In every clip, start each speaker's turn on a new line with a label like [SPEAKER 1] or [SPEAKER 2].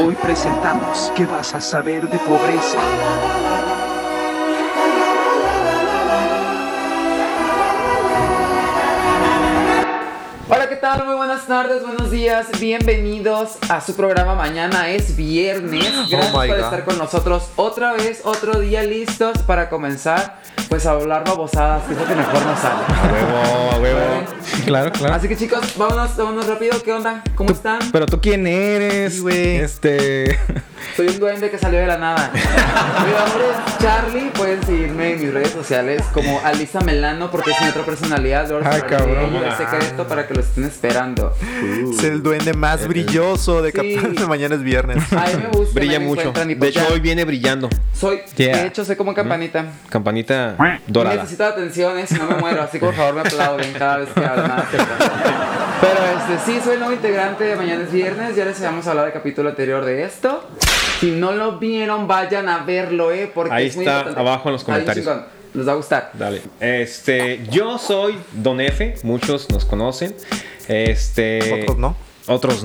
[SPEAKER 1] Hoy presentamos ¿Qué vas a saber de pobreza?
[SPEAKER 2] Hola, ¿qué tal? Muy buenas tardes, buenos días, bienvenidos a su programa. Mañana es viernes. Gracias
[SPEAKER 3] Oh my
[SPEAKER 2] por
[SPEAKER 3] God.
[SPEAKER 2] estar con nosotros otra vez, otro día listos para comenzar pues a hablar babosadas, que es lo que mejor nos sale.
[SPEAKER 3] Huevo, a huevo.
[SPEAKER 4] Claro, claro.
[SPEAKER 2] Así que chicos, vámonos, vámonos rápido. ¿Qué onda? ¿Cómo están?
[SPEAKER 4] Pero tú quién eres, güey. Este.
[SPEAKER 2] Soy un duende que salió de la nada. Mi nombre es Charlie. Pueden seguirme en mis redes sociales como Alisa Melano porque es mi otra personalidad. Ahora
[SPEAKER 3] Ah,
[SPEAKER 4] Ay,
[SPEAKER 2] sabré
[SPEAKER 4] cabrón.
[SPEAKER 2] El secreto para que lo estén esperando.
[SPEAKER 3] Es el duende más brilloso de
[SPEAKER 2] Sí.
[SPEAKER 3] Capitán de Mañana es Viernes.
[SPEAKER 2] A mí me gusta.
[SPEAKER 5] Brilla
[SPEAKER 2] me
[SPEAKER 5] mucho.
[SPEAKER 2] encuentran y
[SPEAKER 5] De hecho,
[SPEAKER 2] pues ya
[SPEAKER 5] hoy viene brillando.
[SPEAKER 2] soy,
[SPEAKER 4] Yeah.
[SPEAKER 2] de hecho, soy como campanita.
[SPEAKER 5] Campanita dorada.
[SPEAKER 2] Necesito atención, eh, si no me muero. Así que por favor me aplauden cada vez que hablo. nada, cierto. Pero este, sí, soy nuevo integrante de Mañana es Viernes. Ya les habíamos hablado del capítulo anterior de esto. Si no lo vieron, vayan a verlo, ¿eh? Porque
[SPEAKER 5] Ahí
[SPEAKER 2] es muy
[SPEAKER 5] está,
[SPEAKER 2] importante.
[SPEAKER 5] abajo en los
[SPEAKER 2] Ahí,
[SPEAKER 5] comentarios.
[SPEAKER 2] chingón, Les va a gustar.
[SPEAKER 5] Dale. Este, yo soy Don F, muchos nos conocen. Este.
[SPEAKER 3] Otros no.
[SPEAKER 5] Otros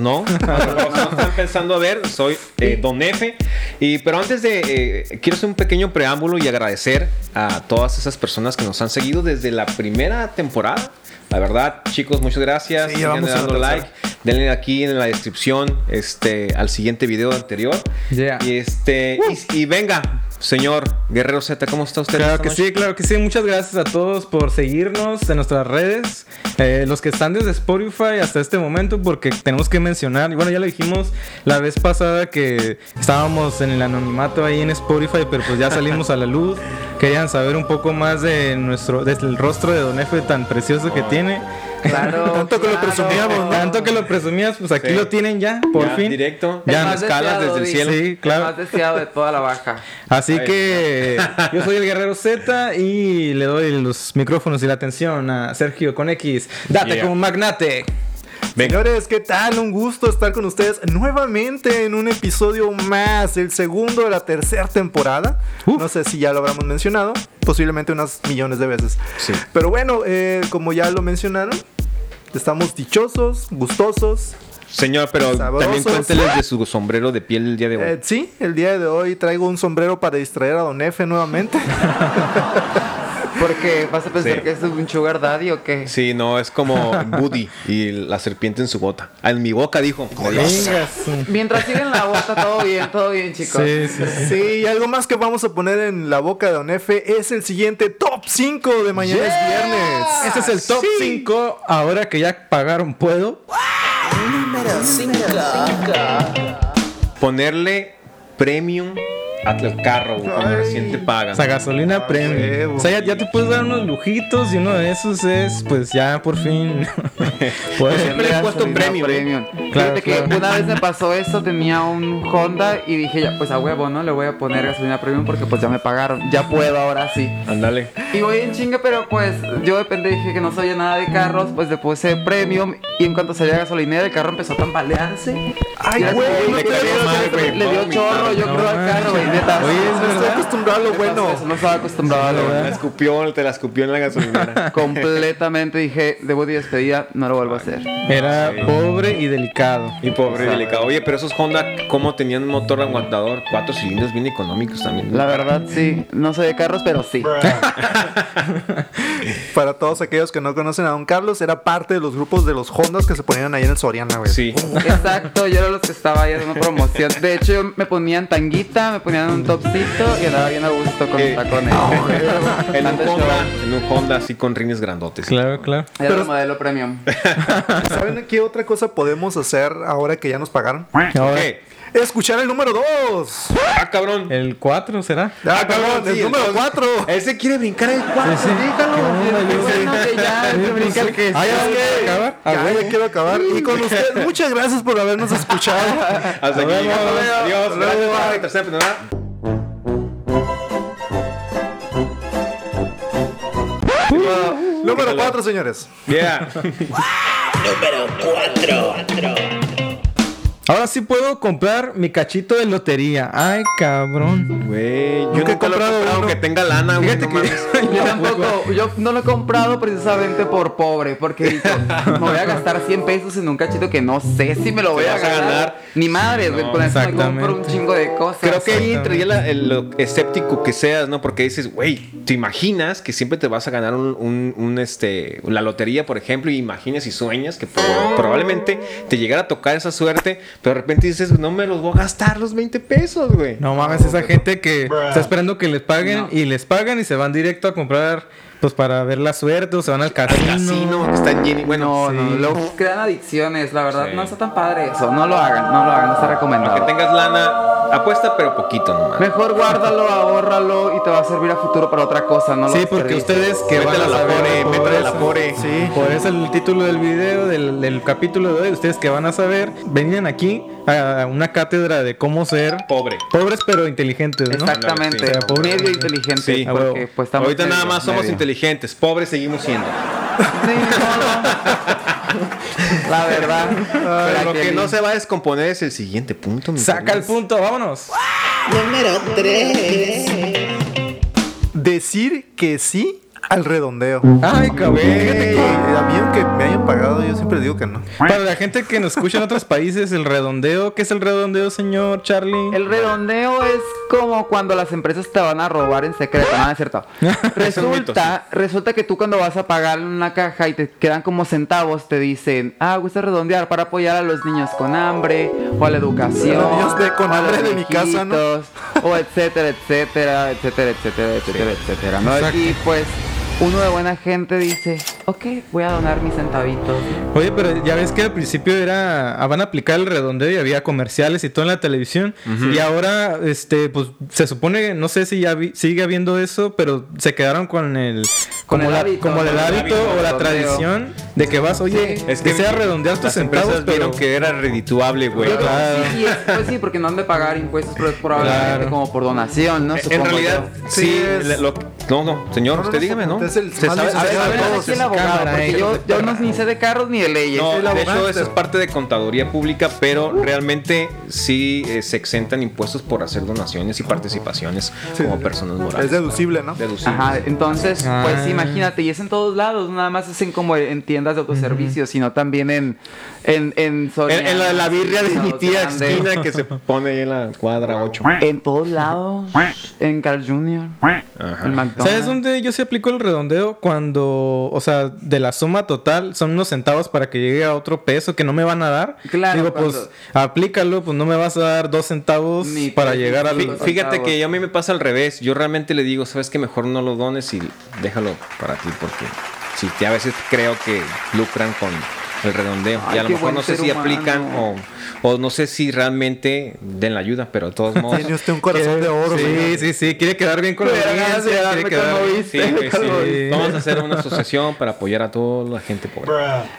[SPEAKER 5] no. Otros no están pensando a ver, soy eh, Don F. Y, pero antes de. eh, quiero hacer un pequeño preámbulo y agradecer a todas esas personas que nos han seguido desde la primera temporada. La verdad, chicos, muchas gracias.
[SPEAKER 3] Sí, ya vamos
[SPEAKER 5] Síganle
[SPEAKER 3] a la
[SPEAKER 5] dando
[SPEAKER 3] tercera.
[SPEAKER 5] like. Denle aquí en la descripción este, al siguiente video anterior.
[SPEAKER 4] Yeah.
[SPEAKER 5] Y este. Y, y venga, señor Guerrero Z, ¿cómo está usted?
[SPEAKER 4] Claro
[SPEAKER 5] esta
[SPEAKER 4] que
[SPEAKER 5] noche?
[SPEAKER 4] sí, claro que sí. Muchas gracias a todos por seguirnos en nuestras redes. Eh, los que están desde Spotify hasta este momento, porque tenemos que mencionar, y bueno, ya lo dijimos la vez pasada que estábamos en el anonimato ahí en Spotify, pero pues ya salimos a la luz. Querían saber un poco más de nuestro, del rostro de Don Efe tan precioso que tiene.
[SPEAKER 2] Claro.
[SPEAKER 3] Tanto que lo
[SPEAKER 2] claro.
[SPEAKER 3] presumíamos, ¿no?
[SPEAKER 4] Tanto que lo presumías, pues aquí
[SPEAKER 5] Sí.
[SPEAKER 4] lo tienen ya, por
[SPEAKER 5] Ya,
[SPEAKER 4] fin.
[SPEAKER 5] Directo.
[SPEAKER 2] El
[SPEAKER 4] Ya no
[SPEAKER 2] más
[SPEAKER 5] escalas
[SPEAKER 2] deseado,
[SPEAKER 5] desde el
[SPEAKER 2] di.
[SPEAKER 5] cielo.
[SPEAKER 4] Sí, claro.
[SPEAKER 2] El más deseado de toda la baja.
[SPEAKER 4] Así
[SPEAKER 5] Ay,
[SPEAKER 4] que yo soy el Guerrero Z y le doy los micrófonos y la atención a Sergio con X. Date
[SPEAKER 5] Yeah.
[SPEAKER 4] como magnate.
[SPEAKER 3] Señores, ¿qué tal? Un gusto estar con ustedes nuevamente en un episodio más, el segundo de la tercera temporada.
[SPEAKER 4] Uf.
[SPEAKER 3] No sé si ya lo habremos mencionado, posiblemente unas millones de veces.
[SPEAKER 5] Sí.
[SPEAKER 3] Pero bueno, eh, como ya lo mencionaron, estamos dichosos, gustosos.
[SPEAKER 5] Señor, pero
[SPEAKER 3] Sabrosos.
[SPEAKER 5] también cuénteles de su sombrero de piel el día de hoy.
[SPEAKER 3] Eh, sí, el día de hoy traigo un sombrero para distraer a Don Efe nuevamente.
[SPEAKER 2] Porque vas a pensar
[SPEAKER 5] Sí.
[SPEAKER 2] que es un sugar daddy o qué.
[SPEAKER 5] Sí, no, es como Woody y la serpiente en su bota. Ah, En mi boca dijo.
[SPEAKER 4] Venga, sí.
[SPEAKER 2] Mientras siguen la bota, todo bien, todo bien, chicos.
[SPEAKER 4] Sí, sí, sí.
[SPEAKER 3] Sí, y algo más que vamos a poner en la boca de Don Efe es el siguiente top 5 de mañana es viernes.
[SPEAKER 4] Este es el top 5. Ahora que ya pagaron, puedo.
[SPEAKER 3] Ah,
[SPEAKER 5] Ponerle premium al carro güey, cuando
[SPEAKER 3] Ay.
[SPEAKER 5] recién te pagan.
[SPEAKER 4] O sea, gasolina premium.
[SPEAKER 3] huevo.
[SPEAKER 4] O sea, ya, ya te puedes dar unos lujitos y uno de esos es, pues ya por fin.
[SPEAKER 2] Pues
[SPEAKER 4] Pues, Puedes-
[SPEAKER 5] Siempre le he puesto
[SPEAKER 2] Gasolina
[SPEAKER 5] premium.
[SPEAKER 2] premium.
[SPEAKER 4] Claro,
[SPEAKER 2] Fíjate que
[SPEAKER 4] claro.
[SPEAKER 2] una vez me pasó esto, tenía un Honda y dije, ya, pues a huevo, ¿no? Le voy a poner gasolina premium porque pues ya me pagaron. Ya puedo ahora sí.
[SPEAKER 5] Ándale.
[SPEAKER 2] Y voy en chinga, pero pues yo de repente dije que no sabía nada de carros, pues le puse premium y en cuanto salía gasolinera el carro empezó a tambalearse.
[SPEAKER 3] Ay,
[SPEAKER 2] Ya,
[SPEAKER 3] güey,
[SPEAKER 2] güey,
[SPEAKER 3] no
[SPEAKER 2] le
[SPEAKER 3] te
[SPEAKER 2] cayó
[SPEAKER 3] digas
[SPEAKER 2] mal,
[SPEAKER 3] eso,
[SPEAKER 2] güey,
[SPEAKER 5] güey,
[SPEAKER 2] Le dio
[SPEAKER 5] todo mi
[SPEAKER 2] chorro,
[SPEAKER 5] carro.
[SPEAKER 2] yo
[SPEAKER 4] No
[SPEAKER 2] creo al
[SPEAKER 4] manches.
[SPEAKER 2] carro, güey, neta.
[SPEAKER 4] Oye,
[SPEAKER 2] No
[SPEAKER 4] es
[SPEAKER 3] No
[SPEAKER 4] verdad.
[SPEAKER 2] estoy
[SPEAKER 3] estoy acostumbrado a lo bueno.
[SPEAKER 2] acostumbrado a eso, No estaba acostumbrado a lo bueno.
[SPEAKER 5] La escupió, te la escupió en la gasolinera.
[SPEAKER 2] Completamente dije, debo de despedida, no lo vuelvo a hacer.
[SPEAKER 4] Era pobre y delicado.
[SPEAKER 5] Y pobre delicado. Oye, pero esos Honda, ¿cómo tenían un motor aguantador? Cuatro cilindros bien económicos también.
[SPEAKER 2] La verdad, sí. No sé de carros, pero sí.
[SPEAKER 3] Para todos aquellos que no conocen a Don Carlos, era parte de los grupos de los Hondas que se ponían ahí en el Soriana, güey.
[SPEAKER 5] Sí.
[SPEAKER 2] Exacto, yo era los que estaba ahí haciendo promoción. De hecho, yo me ponían tanguita, me ponían un topcito y andaba bien a gusto con
[SPEAKER 5] Eh,
[SPEAKER 2] los tacones.
[SPEAKER 5] En un
[SPEAKER 2] Ando show.
[SPEAKER 5] Honda, en un Honda así con rines grandotes.
[SPEAKER 4] Claro, claro.
[SPEAKER 2] Era
[SPEAKER 3] Pero-
[SPEAKER 2] el modelo premium.
[SPEAKER 3] ¿Saben qué otra cosa podemos hacer ahora que ya nos pagaron?
[SPEAKER 4] Ahora,
[SPEAKER 5] ¿Qué?
[SPEAKER 3] Escuchar el número 2.
[SPEAKER 5] Ah, cabrón.
[SPEAKER 4] el 4 será.
[SPEAKER 3] Ah, cabrón,
[SPEAKER 5] sí,
[SPEAKER 3] el número
[SPEAKER 5] entonces- eh,
[SPEAKER 3] 4.
[SPEAKER 5] Ese quiere brincar el cuarto.
[SPEAKER 4] Sí, sí. ¿Qué onda,
[SPEAKER 2] Qué
[SPEAKER 4] yo?
[SPEAKER 2] bueno que ya se brinca el que-
[SPEAKER 3] Ay,
[SPEAKER 4] ¿Ya
[SPEAKER 3] es
[SPEAKER 4] vas a
[SPEAKER 3] que
[SPEAKER 4] acabar? Ah, A
[SPEAKER 3] ya,
[SPEAKER 4] huevo.
[SPEAKER 3] ya quiero acabar. Y con ustedes, muchas gracias por habernos escuchado.
[SPEAKER 5] Hasta aquí
[SPEAKER 4] Nos vemos.
[SPEAKER 5] llegamos. Adiós.
[SPEAKER 3] Nos vemos.
[SPEAKER 5] Gracias. Bye. Tercera temporada.
[SPEAKER 3] número 4, señores.
[SPEAKER 5] Yeah.
[SPEAKER 4] Ahora sí puedo comprar mi cachito de lotería. Ay, cabrón.
[SPEAKER 5] Güey, yo
[SPEAKER 4] Nunca he
[SPEAKER 5] nunca lo he
[SPEAKER 4] comprado
[SPEAKER 5] comprado
[SPEAKER 4] uno.
[SPEAKER 5] que tenga lana, güey.
[SPEAKER 4] Fíjate
[SPEAKER 5] no
[SPEAKER 4] que-
[SPEAKER 5] mames.
[SPEAKER 2] Yo tampoco, yo no lo he comprado precisamente por pobre, porque digo, me voy a gastar 100 pesos en un cachito que no sé si me lo voy
[SPEAKER 5] Te
[SPEAKER 2] a
[SPEAKER 5] vas a
[SPEAKER 2] ganar.
[SPEAKER 5] ganar.
[SPEAKER 2] Ni madre, güey,
[SPEAKER 5] No,
[SPEAKER 2] por eso me compro un
[SPEAKER 4] exactamente.
[SPEAKER 2] chingo de cosas.
[SPEAKER 5] Creo que ahí
[SPEAKER 4] Exactamente.
[SPEAKER 5] entraría la- el- lo escéptico que seas, ¿no? Porque dices, güey, te imaginas que siempre te vas a ganar un, un- un, este, la lotería, por ejemplo, y imaginas y sueñas que prob- probablemente te llegara a tocar esa suerte, pero de repente dices, no me los voy a gastar los 20 pesos, güey.
[SPEAKER 4] No mames, esa gente que está esperando que les paguen
[SPEAKER 2] No.
[SPEAKER 4] y les pagan y se van directo a comprar, pues para ver la suerte o se van al
[SPEAKER 5] Al
[SPEAKER 4] casino.
[SPEAKER 5] casino, que están llenos. Bueno,
[SPEAKER 2] No, no, luego crean adicciones, la verdad, no está tan padre eso. No lo hagan, no lo hagan, no está recomendado.
[SPEAKER 5] aunque tengas lana, apuesta, pero poquito nomás.
[SPEAKER 2] Mejor guárdalo, ahórralo y te va a servir a futuro para otra cosa, no lo
[SPEAKER 4] Sí, porque
[SPEAKER 2] desperdicies.
[SPEAKER 4] ustedes que
[SPEAKER 5] Métela
[SPEAKER 4] van a
[SPEAKER 5] a la
[SPEAKER 4] saber
[SPEAKER 5] pore,
[SPEAKER 4] de todo
[SPEAKER 5] métela a la
[SPEAKER 4] eso,
[SPEAKER 5] pore.
[SPEAKER 4] Sí, por eso el título del video, del, del capítulo de hoy, ustedes que van a saber, venían aquí a una cátedra de cómo ser
[SPEAKER 5] Pobre.
[SPEAKER 4] pobres pero inteligentes, ¿no?
[SPEAKER 2] Exactamente,
[SPEAKER 4] Sí, o sea, pobre.
[SPEAKER 2] medio inteligente,
[SPEAKER 5] Sí,
[SPEAKER 4] a
[SPEAKER 2] porque
[SPEAKER 4] huevo.
[SPEAKER 2] pues estamos
[SPEAKER 5] Ahorita nada
[SPEAKER 2] medio,
[SPEAKER 5] más somos
[SPEAKER 2] medio.
[SPEAKER 5] inteligentes, pobres seguimos siendo.
[SPEAKER 2] Sí, no, no. La verdad.
[SPEAKER 5] Pero
[SPEAKER 2] Ay,
[SPEAKER 5] lo que
[SPEAKER 2] Kelly.
[SPEAKER 5] no se va a descomponer es el siguiente punto. mi
[SPEAKER 4] Saca el
[SPEAKER 5] querido.
[SPEAKER 4] punto, vámonos.
[SPEAKER 6] Número 3.
[SPEAKER 3] Decir que sí al redondeo.
[SPEAKER 4] Ay, cabrón.
[SPEAKER 3] Fíjate
[SPEAKER 4] Fíjate
[SPEAKER 3] que eh,
[SPEAKER 4] que
[SPEAKER 3] a mí aunque me hayan pagado, yo siempre digo que no.
[SPEAKER 4] Para la gente que nos escucha en otros países, el redondeo, ¿qué es el redondeo, señor Charlie?
[SPEAKER 2] El redondeo es como cuando las empresas te van a robar en secreto, nada es cierto.
[SPEAKER 5] mito,
[SPEAKER 2] Resulta, resulta que tú cuando vas a pagar en una caja y te quedan como centavos, te dicen, ah, gusta redondear para apoyar a los niños con hambre, o a la educación,
[SPEAKER 3] Los niños de- con
[SPEAKER 2] o a los
[SPEAKER 3] hambre de mi casa, ¿no?
[SPEAKER 2] viejitos, O etcétera, etcétera, etcétera, etcétera, etcétera, etcétera. ¿no?
[SPEAKER 4] Exacto.
[SPEAKER 2] Y pues uno de buena gente dice, ok, voy a donar mis centavitos.
[SPEAKER 4] Oye, pero ya ves que al principio era ah, van a aplicar el redondeo y había comerciales y todo en la televisión y ahora este pues se supone que no sé si ya vi- sigue habiendo eso, pero se quedaron con el
[SPEAKER 2] Con
[SPEAKER 4] como
[SPEAKER 2] el
[SPEAKER 4] la-
[SPEAKER 2] hábito,
[SPEAKER 4] como
[SPEAKER 2] con
[SPEAKER 4] el
[SPEAKER 2] el
[SPEAKER 4] hábito,
[SPEAKER 2] hábito
[SPEAKER 4] o
[SPEAKER 2] del
[SPEAKER 4] la
[SPEAKER 2] redondeo.
[SPEAKER 4] tradición de que vas,
[SPEAKER 2] Sí.
[SPEAKER 4] oye,
[SPEAKER 5] Es
[SPEAKER 4] es
[SPEAKER 5] que
[SPEAKER 4] que sea redondear tus
[SPEAKER 5] Las empresas
[SPEAKER 4] centavos, pero
[SPEAKER 5] vieron que era redituable, güey.
[SPEAKER 2] Yo creo
[SPEAKER 4] Claro.
[SPEAKER 2] que sí, sí, es- pues sí, porque no han de pagar impuestos, pero es probablemente
[SPEAKER 4] Claro.
[SPEAKER 2] como por donación, ¿no?
[SPEAKER 5] en
[SPEAKER 2] Supongo
[SPEAKER 5] realidad,
[SPEAKER 2] yo.
[SPEAKER 5] sí.
[SPEAKER 3] Sí, es-
[SPEAKER 5] la- lo- no, no, señor,
[SPEAKER 3] No, no,
[SPEAKER 5] usted
[SPEAKER 3] no,
[SPEAKER 5] dígame, ¿no?
[SPEAKER 3] usted es el
[SPEAKER 5] Se
[SPEAKER 3] más
[SPEAKER 5] sabe-
[SPEAKER 2] A ver,
[SPEAKER 3] licenciado
[SPEAKER 2] a
[SPEAKER 3] de
[SPEAKER 2] ver,
[SPEAKER 3] todos
[SPEAKER 2] aquí el
[SPEAKER 3] es
[SPEAKER 2] abogado,
[SPEAKER 4] cámara,
[SPEAKER 2] porque
[SPEAKER 4] eh.
[SPEAKER 2] yo, yo no ni sé de carros ni de leyes.
[SPEAKER 5] ah, No,
[SPEAKER 3] el
[SPEAKER 5] de
[SPEAKER 3] abogado,
[SPEAKER 5] hecho, eso es
[SPEAKER 3] pero-
[SPEAKER 5] parte de contaduría pública, pero realmente sí eh, se exentan impuestos por hacer donaciones y participaciones
[SPEAKER 3] Sí,
[SPEAKER 5] como
[SPEAKER 3] sí, sí.
[SPEAKER 5] personas morales.
[SPEAKER 3] Es deducible, ¿no?
[SPEAKER 5] Deducible.
[SPEAKER 2] Ajá, entonces,
[SPEAKER 4] Ah.
[SPEAKER 2] pues imagínate, y es en todos lados, no nada más es en como en tiendas de autoservicio, sino también en en en, Soriana,
[SPEAKER 5] En, en la, la birria de
[SPEAKER 2] en
[SPEAKER 5] mi
[SPEAKER 2] los
[SPEAKER 5] tía
[SPEAKER 2] grandes,
[SPEAKER 5] esquina que se pone ahí en la cuadra 8.
[SPEAKER 2] En todos lados, en Carl Jr., en McDonald's.
[SPEAKER 4] ¿Sabes dónde yo sí aplico el redondeo? Cuando, o sea, de la suma total son unos centavos para que llegue a otro peso que no me van a dar.
[SPEAKER 2] Claro,
[SPEAKER 4] Digo,
[SPEAKER 2] cuando-
[SPEAKER 4] pues aplícalo, pues no me vas a dar dos centavos
[SPEAKER 2] Ni
[SPEAKER 4] para
[SPEAKER 2] tres,
[SPEAKER 4] llegar
[SPEAKER 2] ni
[SPEAKER 4] al.
[SPEAKER 2] cinco.
[SPEAKER 5] Fí- Fíjate
[SPEAKER 2] centavos.
[SPEAKER 5] que a mí me pasa al revés. Yo realmente le digo, sabes que mejor no lo dones y déjalo para ti, porque si te- a veces creo que lucran con el redondeo.
[SPEAKER 2] Ay,
[SPEAKER 5] y a lo
[SPEAKER 2] qué
[SPEAKER 5] mejor
[SPEAKER 2] buen
[SPEAKER 5] no sé
[SPEAKER 2] ser
[SPEAKER 5] si
[SPEAKER 2] humano.
[SPEAKER 5] aplican o, o no sé si realmente den la ayuda, pero de todos modos.
[SPEAKER 3] Tiene usted un corazón
[SPEAKER 4] Quiere-
[SPEAKER 3] de oro,
[SPEAKER 4] Sí,
[SPEAKER 3] güey.
[SPEAKER 4] sí, sí, quiere quedar bien con la
[SPEAKER 2] Tuviera ganas de
[SPEAKER 4] audiencia,
[SPEAKER 2] darme
[SPEAKER 4] quiere quedar
[SPEAKER 2] como
[SPEAKER 4] bien.
[SPEAKER 2] viste.
[SPEAKER 5] Sí, güey, sí.
[SPEAKER 4] Sí.
[SPEAKER 5] Vamos a hacer una asociación para apoyar a toda la gente pobre.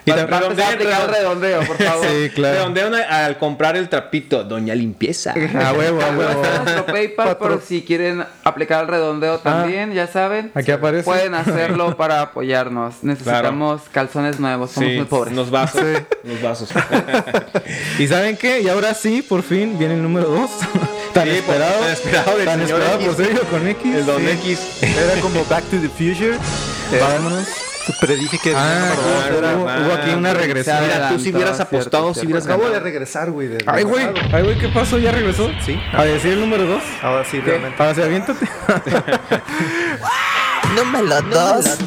[SPEAKER 4] Y
[SPEAKER 2] Va-
[SPEAKER 4] tam-
[SPEAKER 2] va a empezar a aplicar el redondeo, por favor.
[SPEAKER 4] Sí, claro.
[SPEAKER 5] Redondean a- al comprar el trapito, Doña Limpieza.
[SPEAKER 4] A huevo, a
[SPEAKER 2] Ahí
[SPEAKER 4] huevo.
[SPEAKER 2] está nuestro PayPal
[SPEAKER 3] Patro-
[SPEAKER 2] por si quieren aplicar el
[SPEAKER 5] Ah,
[SPEAKER 2] redondeo también, ya saben.
[SPEAKER 4] Aquí aparece.
[SPEAKER 2] Pueden hacerlo para apoyarnos. Necesitamos calzones nuevos, somos
[SPEAKER 5] Sí,
[SPEAKER 2] muy pobres.
[SPEAKER 5] Los vasos. Los vasos.
[SPEAKER 4] ¿Y saben qué? Y ahora sí, por fin viene el número 2. tan
[SPEAKER 5] Sí, por-
[SPEAKER 4] esperado.
[SPEAKER 5] tan esperado del
[SPEAKER 4] tan
[SPEAKER 5] señor
[SPEAKER 4] esperado
[SPEAKER 5] X.
[SPEAKER 4] por Sergio con X.
[SPEAKER 5] El Don
[SPEAKER 4] Sí.
[SPEAKER 5] X.
[SPEAKER 3] Era como Back to the Future. Eh,
[SPEAKER 4] Vámonos.
[SPEAKER 3] predije que
[SPEAKER 4] Ah,
[SPEAKER 5] claro,
[SPEAKER 4] claro, hubo,
[SPEAKER 5] claro.
[SPEAKER 4] hubo aquí una regresión.
[SPEAKER 2] Mira,
[SPEAKER 5] Mira, tú si hubieras
[SPEAKER 2] Cierto,
[SPEAKER 5] apostado, si
[SPEAKER 2] cierto.
[SPEAKER 5] hubieras
[SPEAKER 3] Acabo
[SPEAKER 5] ganado.
[SPEAKER 3] de regresar, güey. del
[SPEAKER 4] Ay, güey,
[SPEAKER 3] mercado.
[SPEAKER 4] ay, güey, ¿qué pasó? ¿Ya regresó?
[SPEAKER 3] Sí.
[SPEAKER 4] A decir el número 2.
[SPEAKER 3] Ahora sí, realmente.
[SPEAKER 4] Ahora sí, aviéntate.
[SPEAKER 6] Número 2.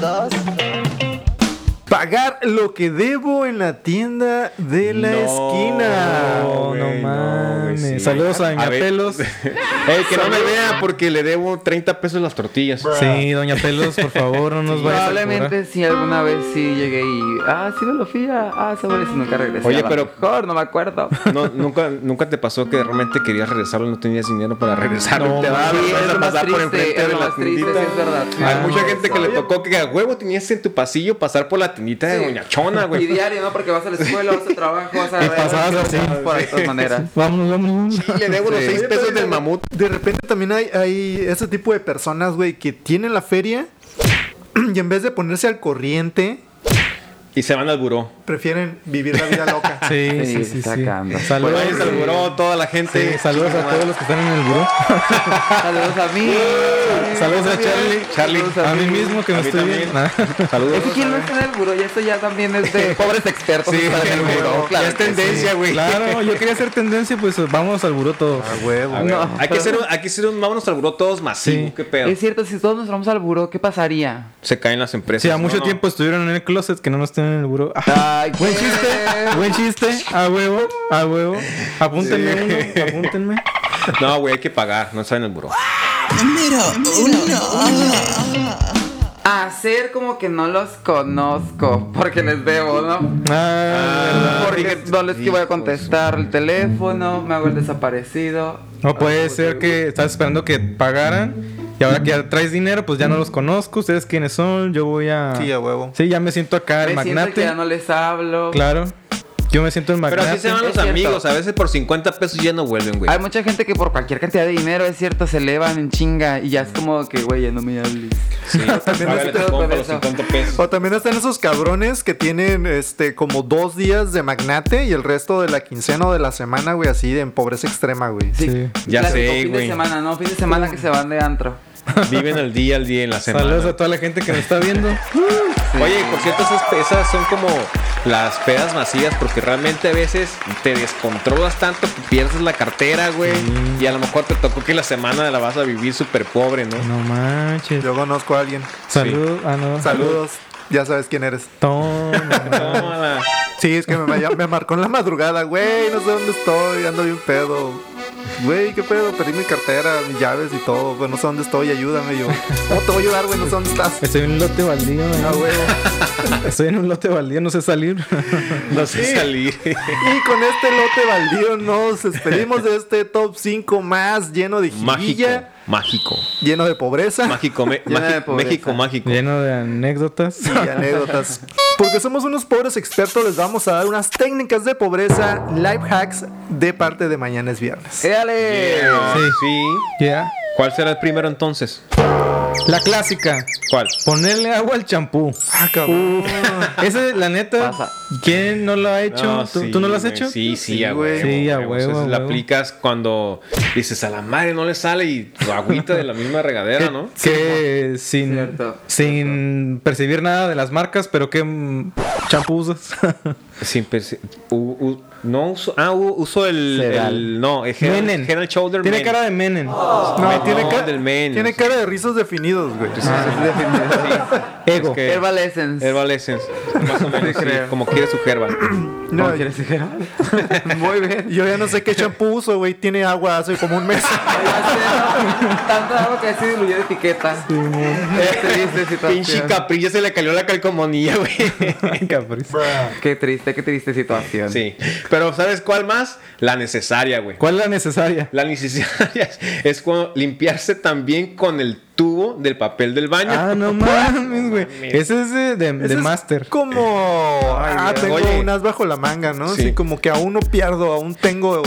[SPEAKER 3] Pagar lo que debo en la tienda de la
[SPEAKER 5] No,
[SPEAKER 3] esquina.
[SPEAKER 4] No,
[SPEAKER 5] güey,
[SPEAKER 4] no
[SPEAKER 5] güey,
[SPEAKER 4] mames.
[SPEAKER 5] sí.
[SPEAKER 4] Saludos a Doña
[SPEAKER 5] ver.
[SPEAKER 4] Pelos.
[SPEAKER 5] Ey, que no me vea porque le debo 30 pesos las tortillas.
[SPEAKER 4] Sí, Doña Pelos, por favor, no nos vayas a
[SPEAKER 2] Probablemente si alguna vez sí llegué y. Ah, sí me lo fía. Ah, se vuelve si nunca regresé.
[SPEAKER 5] Oye,
[SPEAKER 2] A lo
[SPEAKER 5] pero-
[SPEAKER 2] Mejor, no me acuerdo.
[SPEAKER 5] No, nunca, nunca te pasó que realmente querías regresarlo, no tenías dinero para regresarlo.
[SPEAKER 4] No,
[SPEAKER 5] te da
[SPEAKER 2] sí,
[SPEAKER 5] vergüenza
[SPEAKER 2] es lo más
[SPEAKER 5] pasar por
[SPEAKER 2] triste,
[SPEAKER 5] enfrente
[SPEAKER 2] es
[SPEAKER 5] de
[SPEAKER 2] lo
[SPEAKER 5] la
[SPEAKER 2] más triste,
[SPEAKER 5] tiendita.
[SPEAKER 2] sí, es verdad.
[SPEAKER 5] Hay
[SPEAKER 2] Ah,
[SPEAKER 5] mucha gente que le
[SPEAKER 2] oye.
[SPEAKER 5] tocó que a huevo tenías en tu pasillo pasar por la tiendita de
[SPEAKER 2] Sí.
[SPEAKER 5] Doña Chona,
[SPEAKER 2] Y
[SPEAKER 5] güey.
[SPEAKER 2] diario, ¿no? Porque vas a la escuela, vas al trabajo, vas a.
[SPEAKER 4] Y pasabas así.
[SPEAKER 2] Por ahí, de todas maneras.
[SPEAKER 4] Vámonos, vámonos.
[SPEAKER 5] Y le debo los
[SPEAKER 2] Sí.
[SPEAKER 5] 6
[SPEAKER 3] Oye,
[SPEAKER 5] pesos
[SPEAKER 3] pero-
[SPEAKER 5] del mamut.
[SPEAKER 3] De repente también hay, hay ese tipo de personas, güey, que tienen la feria y en vez de ponerse al corriente,
[SPEAKER 5] Y se van al buró.
[SPEAKER 3] Prefieren vivir la vida loca.
[SPEAKER 4] Sí,
[SPEAKER 2] Sí,
[SPEAKER 4] sí, sí.
[SPEAKER 2] está
[SPEAKER 4] sí.
[SPEAKER 2] acá,
[SPEAKER 4] Saludos,
[SPEAKER 5] Pues váyanse al buró, toda la gente.
[SPEAKER 4] sí, saludos a todos los que están en el buró.
[SPEAKER 2] Saludos a mí.
[SPEAKER 4] Saludos a Charlie.
[SPEAKER 5] Charlie.
[SPEAKER 2] Saludos
[SPEAKER 4] A mí mismo que me
[SPEAKER 5] A mí
[SPEAKER 4] estoy
[SPEAKER 5] también.
[SPEAKER 4] viendo.
[SPEAKER 5] Saludos.
[SPEAKER 2] Es que quien no está en el buró, ya esto ya también es de pobres expertos.
[SPEAKER 5] Sí,
[SPEAKER 2] que están en el
[SPEAKER 5] güey,
[SPEAKER 2] buró,
[SPEAKER 5] ya
[SPEAKER 2] claro
[SPEAKER 5] es
[SPEAKER 2] que sí.
[SPEAKER 5] tendencia, güey.
[SPEAKER 4] Claro, yo quería hacer tendencia, pues vamos al buró todos.
[SPEAKER 3] A huevo.
[SPEAKER 5] A ver,
[SPEAKER 2] No.
[SPEAKER 5] Hay que ser un, hay que ser un vámonos al buró todos masivo.
[SPEAKER 4] Sí.
[SPEAKER 5] ¿Qué pedo?
[SPEAKER 2] Es cierto, si todos nos vamos al buró, ¿qué pasaría?
[SPEAKER 5] Se caen las empresas.
[SPEAKER 4] Sí, a
[SPEAKER 5] No,
[SPEAKER 4] mucho
[SPEAKER 5] no.
[SPEAKER 4] tiempo estuvieron en el closet que no nos tienen en el buró. Ah,
[SPEAKER 2] Ay,
[SPEAKER 4] Buen chiste, buen chiste, a huevo, a huevo. Apúntenme
[SPEAKER 5] Sí.
[SPEAKER 4] uno, apúntenme.
[SPEAKER 5] No, güey, hay que pagar. No está en el buró.
[SPEAKER 6] Número uno.
[SPEAKER 2] Hacer como que no los conozco, porque les debo, ¿no?
[SPEAKER 4] Ah,
[SPEAKER 2] Porque no les que voy a contestar el teléfono, me hago el desaparecido.
[SPEAKER 4] no puede ser que estás esperando que pagaran y ahora que ya traes dinero, pues ya no los conozco. Ustedes quiénes son, yo voy a.
[SPEAKER 3] Sí, a huevo.
[SPEAKER 4] Sí, ya me siento acá el
[SPEAKER 2] Me siento que
[SPEAKER 4] magnate.
[SPEAKER 2] ya no les hablo.
[SPEAKER 4] Claro, yo me siento el
[SPEAKER 5] Pero así
[SPEAKER 4] magnate.
[SPEAKER 5] se van
[SPEAKER 2] Es
[SPEAKER 5] los
[SPEAKER 2] cierto.
[SPEAKER 5] amigos. A veces por 50 pesos ya no vuelven, güey.
[SPEAKER 2] Hay mucha gente que por cualquier cantidad de dinero, es cierto, se elevan en chinga y ya es como que, güey, ya no me hables.
[SPEAKER 5] Sí, págale a tu
[SPEAKER 2] Pero
[SPEAKER 5] compa los
[SPEAKER 2] eso-
[SPEAKER 5] 50 pesos.
[SPEAKER 3] O también están esos cabrones que tienen este como dos días de magnate y el resto de la quincena o de la semana, güey, así de en pobreza extrema, güey.
[SPEAKER 4] Sí. Uh.
[SPEAKER 5] Ya
[SPEAKER 2] Claro,
[SPEAKER 5] sé,
[SPEAKER 2] o fin
[SPEAKER 5] güey.
[SPEAKER 2] de semana, no, fin de semana que se van de antro.
[SPEAKER 5] Viven el día al día en la semana.
[SPEAKER 4] Saludos a toda la gente que nos está viendo.
[SPEAKER 5] Oye, por cierto, esas pesas son como las pedas masivas porque realmente a veces te descontrolas tanto que pierdes la cartera, güey.
[SPEAKER 4] Mm.
[SPEAKER 5] Y a lo mejor te tocó que la semana la vas a vivir súper pobre, ¿no?
[SPEAKER 4] No manches.
[SPEAKER 3] Yo conozco a alguien.
[SPEAKER 4] Saludos. Ah, no.
[SPEAKER 3] Saludos. Ya sabes quién eres.
[SPEAKER 4] Toma.
[SPEAKER 5] Tómala.
[SPEAKER 3] Sí, es que me, ya me marcó en la madrugada, güey, no sé dónde estoy, ando bien pedo. Güey, qué pedo, perdí mi cartera, mis llaves y todo, güey, no sé dónde estoy, ayúdame yo. No te voy a ayudar, güey, no sé dónde estás.
[SPEAKER 4] Estoy en un lote baldío. eh.
[SPEAKER 3] Ah, huevo.
[SPEAKER 4] Estoy en un lote baldío, no sé salir.
[SPEAKER 5] No sé salir.
[SPEAKER 3] Y con este lote baldío nos despedimos de este top 5 más lleno de
[SPEAKER 5] Mágico,
[SPEAKER 3] jirilla,
[SPEAKER 5] mágico,
[SPEAKER 3] lleno de pobreza
[SPEAKER 5] mágico, me-
[SPEAKER 2] Llena de
[SPEAKER 5] mágico,
[SPEAKER 2] pobreza.
[SPEAKER 5] México, mágico.
[SPEAKER 4] Lleno de anécdotas.
[SPEAKER 3] y anécdotas. Porque somos unos pobres expertos, les vamos a dar unas técnicas de pobreza, life hacks de parte de mañana es viernes.
[SPEAKER 5] Eh,
[SPEAKER 2] ¡Éale!
[SPEAKER 5] Yeah.
[SPEAKER 4] Sí.
[SPEAKER 5] Sí.
[SPEAKER 4] Ya.
[SPEAKER 5] ¿Cuál será el primero entonces?
[SPEAKER 4] La clásica.
[SPEAKER 5] ¿Cuál?
[SPEAKER 4] Ponerle agua al champú.
[SPEAKER 3] Ah, cabrón.
[SPEAKER 4] Esa, la neta,
[SPEAKER 2] Pasa.
[SPEAKER 4] ¿quién no lo ha hecho? ¿Tú,
[SPEAKER 5] sí,
[SPEAKER 4] tú no lo has
[SPEAKER 5] güey.
[SPEAKER 4] hecho?
[SPEAKER 5] Sí, sí, a
[SPEAKER 3] güey.
[SPEAKER 5] huevo.
[SPEAKER 4] Sí, a
[SPEAKER 5] güey. Entonces
[SPEAKER 4] huevo,
[SPEAKER 5] la
[SPEAKER 4] huevo.
[SPEAKER 5] aplicas cuando dices a la madre no le sale y la agüita de la misma regadera, ¿no?
[SPEAKER 4] Que sin,
[SPEAKER 2] Cierto.
[SPEAKER 4] sin percibir nada de las marcas, pero que mm, champú usas.
[SPEAKER 5] Sin perci- u- u- no uso. Ah, u- uso el.
[SPEAKER 4] Sedal.
[SPEAKER 5] el- no, el head,
[SPEAKER 4] Menen.
[SPEAKER 5] head and shoulder.
[SPEAKER 4] Tiene
[SPEAKER 5] men.
[SPEAKER 4] cara de Menen.
[SPEAKER 3] No,
[SPEAKER 5] Men,
[SPEAKER 3] tiene,
[SPEAKER 5] no,
[SPEAKER 3] cara,
[SPEAKER 5] del men.
[SPEAKER 3] tiene cara de rizos definidos, güey.
[SPEAKER 4] Ego.
[SPEAKER 5] Es que-
[SPEAKER 2] Herbal Essence.
[SPEAKER 5] Herbal Essence. Más o menos. sí, como quiere su herbal.
[SPEAKER 3] No,
[SPEAKER 2] ¿Cómo quieres decir? Muy bien.
[SPEAKER 3] Yo ya no sé qué champú uso, güey. Tiene agua hace como un mes.
[SPEAKER 2] Tanto agua que así diluyó de etiqueta. Qué
[SPEAKER 4] Este
[SPEAKER 2] triste
[SPEAKER 5] Pinche
[SPEAKER 2] situación.
[SPEAKER 5] caprilla se le cayó la calcomanía, güey.
[SPEAKER 4] Capriz.
[SPEAKER 2] Qué triste, qué triste situación.
[SPEAKER 5] Sí. Pero ¿sabes cuál más? La necesaria, güey.
[SPEAKER 4] ¿Cuál es la necesaria?
[SPEAKER 5] La necesaria es cuando limpiarse también con el tubo del papel del baño.
[SPEAKER 4] Ah, no
[SPEAKER 5] Pues,
[SPEAKER 4] mames, güey. Ese es de, de, de
[SPEAKER 3] Ese es
[SPEAKER 4] Master.
[SPEAKER 3] Como. ah,
[SPEAKER 5] Dios.
[SPEAKER 3] tengo
[SPEAKER 5] Oye.
[SPEAKER 3] un as bajo la manga, ¿no?
[SPEAKER 5] Sí.
[SPEAKER 3] Sí. como que aún no pierdo, aún tengo.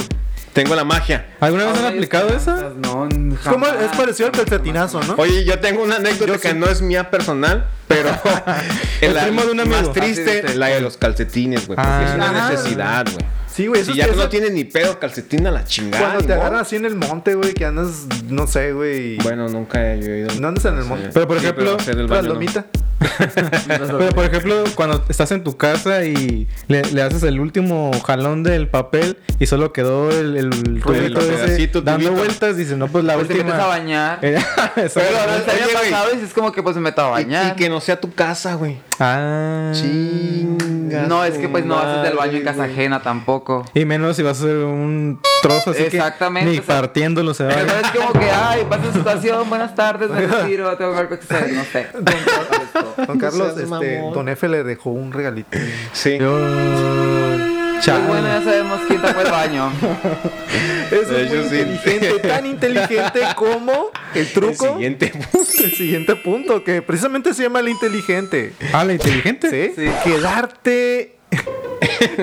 [SPEAKER 5] Tengo la magia.
[SPEAKER 4] ¿Alguna vez
[SPEAKER 2] Ahora
[SPEAKER 4] han
[SPEAKER 2] hay
[SPEAKER 4] aplicado esa?
[SPEAKER 2] esperanzas, No, jamás. Pues
[SPEAKER 3] ¿Cómo es parecido al calcetinazo, no?
[SPEAKER 5] Oye, yo tengo una anécdota que no es mía personal, pero
[SPEAKER 4] El
[SPEAKER 5] la
[SPEAKER 4] primo de un amigo.
[SPEAKER 5] más
[SPEAKER 2] Así
[SPEAKER 5] triste
[SPEAKER 2] dice.
[SPEAKER 5] la de los calcetines, güey, porque
[SPEAKER 4] Ah.
[SPEAKER 5] es una
[SPEAKER 3] Ajá.
[SPEAKER 5] necesidad, güey.
[SPEAKER 3] Sí, güey. eso
[SPEAKER 5] Si
[SPEAKER 3] es
[SPEAKER 5] ya
[SPEAKER 3] que
[SPEAKER 5] no
[SPEAKER 3] eso-
[SPEAKER 5] tienes ni pedo calcetín a la chingada.
[SPEAKER 3] Cuando
[SPEAKER 5] ni
[SPEAKER 3] te
[SPEAKER 5] modo.
[SPEAKER 3] agarras así en el monte, güey, que andas, no sé, güey.
[SPEAKER 5] Bueno, nunca he yo he ido.
[SPEAKER 3] No andas en el
[SPEAKER 5] sé.
[SPEAKER 3] monte.
[SPEAKER 4] Pero, por
[SPEAKER 5] Sí,
[SPEAKER 4] ejemplo,
[SPEAKER 5] hacer el
[SPEAKER 3] Tras
[SPEAKER 5] baño, no.
[SPEAKER 3] lomita.
[SPEAKER 2] Pues,
[SPEAKER 4] Pero por ejemplo, cuando estás en tu casa y le, le haces el último jalón del papel y solo quedó el, el tubito ese
[SPEAKER 5] pedacito,
[SPEAKER 4] dando
[SPEAKER 5] tubito.
[SPEAKER 4] vueltas, dices, no, pues la
[SPEAKER 2] Pues te
[SPEAKER 4] última.
[SPEAKER 2] metes a bañar.
[SPEAKER 4] Eh, esa-
[SPEAKER 5] Pero ahora-
[SPEAKER 2] Te había
[SPEAKER 5] Oye, güey.
[SPEAKER 2] pasado y es como que pues me meto a
[SPEAKER 5] Y, y
[SPEAKER 2] bañar.
[SPEAKER 5] que no sea tu casa, güey.
[SPEAKER 4] Ah.
[SPEAKER 5] Chinga.
[SPEAKER 2] No, es que pues no haces del baño en casa
[SPEAKER 5] madre, güey.
[SPEAKER 2] ajena tampoco.
[SPEAKER 4] Y menos si vas a hacer un trozo así que
[SPEAKER 2] Exactamente,
[SPEAKER 4] ni
[SPEAKER 2] o sea-
[SPEAKER 4] partiéndolo se va a
[SPEAKER 2] Pero
[SPEAKER 4] ver.
[SPEAKER 2] es como que, ay, pasa situación, buenas tardes, me retiro, tengo algo que hacer, no sé.
[SPEAKER 3] Don Carlos,
[SPEAKER 5] seas
[SPEAKER 3] este,
[SPEAKER 5] mamón.
[SPEAKER 3] Don F le dejó un regalito.
[SPEAKER 5] Sí.
[SPEAKER 2] Pues bueno, ya
[SPEAKER 4] Chale.
[SPEAKER 2] sabemos quién tapó el baño.
[SPEAKER 3] Eso
[SPEAKER 5] De
[SPEAKER 3] es muy
[SPEAKER 5] hecho, sí.
[SPEAKER 3] inteligente, tan inteligente como el truco.
[SPEAKER 5] El siguiente.
[SPEAKER 3] El siguiente punto, que precisamente se llama el inteligente.
[SPEAKER 4] Ah, la inteligente.
[SPEAKER 3] ¿Sí?
[SPEAKER 2] Sí.
[SPEAKER 3] Quedarte.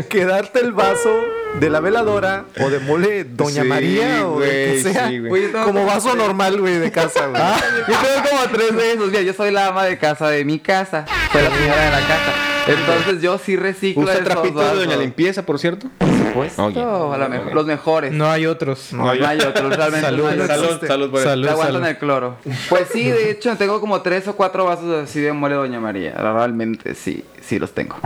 [SPEAKER 3] quedarte el vaso de la veladora o de mole Doña
[SPEAKER 5] Sí,
[SPEAKER 3] María o de
[SPEAKER 5] güey,
[SPEAKER 3] que sea.
[SPEAKER 5] sí, güey.
[SPEAKER 2] Oye, tengo
[SPEAKER 3] como
[SPEAKER 2] como
[SPEAKER 3] vaso normal, güey, de casa, güey.
[SPEAKER 5] Ah,
[SPEAKER 2] Yo tengo como tres de esos. Mira, yo soy la ama de casa de mi casa. Soy la señora de la casa. Entonces yo sí reciclo
[SPEAKER 5] Usa
[SPEAKER 2] esos
[SPEAKER 5] trapitos de
[SPEAKER 2] vasos.
[SPEAKER 5] Doña Limpieza, por cierto.
[SPEAKER 2] Por supuesto,
[SPEAKER 5] Oye.
[SPEAKER 2] a la mejor- los mejores.
[SPEAKER 4] No hay otros.
[SPEAKER 2] No hay otros, realmente.
[SPEAKER 4] Salud,
[SPEAKER 2] no hay otros.
[SPEAKER 5] Salud,
[SPEAKER 3] existe.
[SPEAKER 5] salud por eso.
[SPEAKER 4] Salud,
[SPEAKER 2] Te aguantan
[SPEAKER 4] salud.
[SPEAKER 2] el cloro. Pues sí, de hecho, tengo como tres o cuatro vasos así de mole Doña María. Realmente sí, sí los tengo.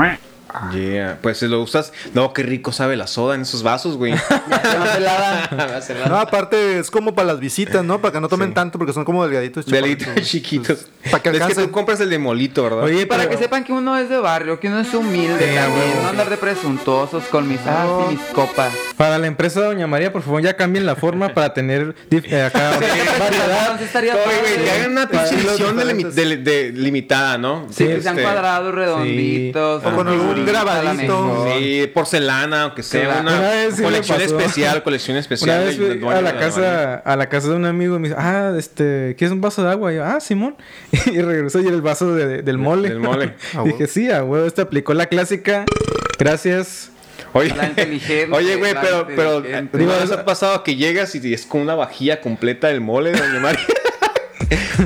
[SPEAKER 5] Yeah. Pues si lo usas. No, qué rico sabe la soda en esos vasos, güey.
[SPEAKER 2] Una pelada.
[SPEAKER 3] No, aparte es como para las visitas, ¿no? Para que no tomen tanto porque son como delgaditos.
[SPEAKER 5] Delitos
[SPEAKER 3] chaparritos.
[SPEAKER 5] chiquitos.
[SPEAKER 3] Para que
[SPEAKER 5] es que
[SPEAKER 3] alcancen.
[SPEAKER 5] tú compras el de molito, ¿verdad?
[SPEAKER 4] Oye,
[SPEAKER 2] Para
[SPEAKER 4] pero-
[SPEAKER 2] que sepan que uno es de barrio, que uno es humilde también. No andar de presuntuosos con mis artes y mis copas.
[SPEAKER 4] Para la empresa de Doña María, por favor, ya cambien la forma para tener dif- eh, acá variedad.
[SPEAKER 2] Entonces estaría
[SPEAKER 5] Oye,
[SPEAKER 2] padre.
[SPEAKER 5] güey, que hagan una pinche
[SPEAKER 3] Para los
[SPEAKER 5] edición de, limi-
[SPEAKER 3] diferentes.
[SPEAKER 5] de- de- limitada, ¿no?
[SPEAKER 2] Sí, que
[SPEAKER 5] Este,
[SPEAKER 2] sean cuadrados, redonditos.
[SPEAKER 3] O con algún
[SPEAKER 2] figuritas, a la
[SPEAKER 3] grabadito.
[SPEAKER 2] mejor.
[SPEAKER 5] Sí, porcelana, aunque sea
[SPEAKER 2] Claro.
[SPEAKER 5] una,
[SPEAKER 4] Una vez sí me
[SPEAKER 5] colección
[SPEAKER 4] pasó.
[SPEAKER 5] especial, colección
[SPEAKER 4] Una
[SPEAKER 5] especial.
[SPEAKER 4] vez
[SPEAKER 5] de- de
[SPEAKER 4] fui
[SPEAKER 5] dueño
[SPEAKER 4] a la
[SPEAKER 5] de María.
[SPEAKER 4] casa a la casa de un amigo y me dice, ah, este, ¿quieres un vaso de agua? Y yo, ah, Simón. Y regresó y era el vaso de- del mole.
[SPEAKER 5] del mole.
[SPEAKER 3] Ah,
[SPEAKER 4] Dije,
[SPEAKER 3] huevo.
[SPEAKER 4] sí, a huevo, este aplicó la clásica. Gracias.
[SPEAKER 5] Oye,
[SPEAKER 2] La inteligente,
[SPEAKER 5] oye, güey,
[SPEAKER 2] la
[SPEAKER 5] pero, pero
[SPEAKER 2] inteligente.
[SPEAKER 5] digo, eso ha pasado que llegas y es con una vajilla completa del mole de Doña María.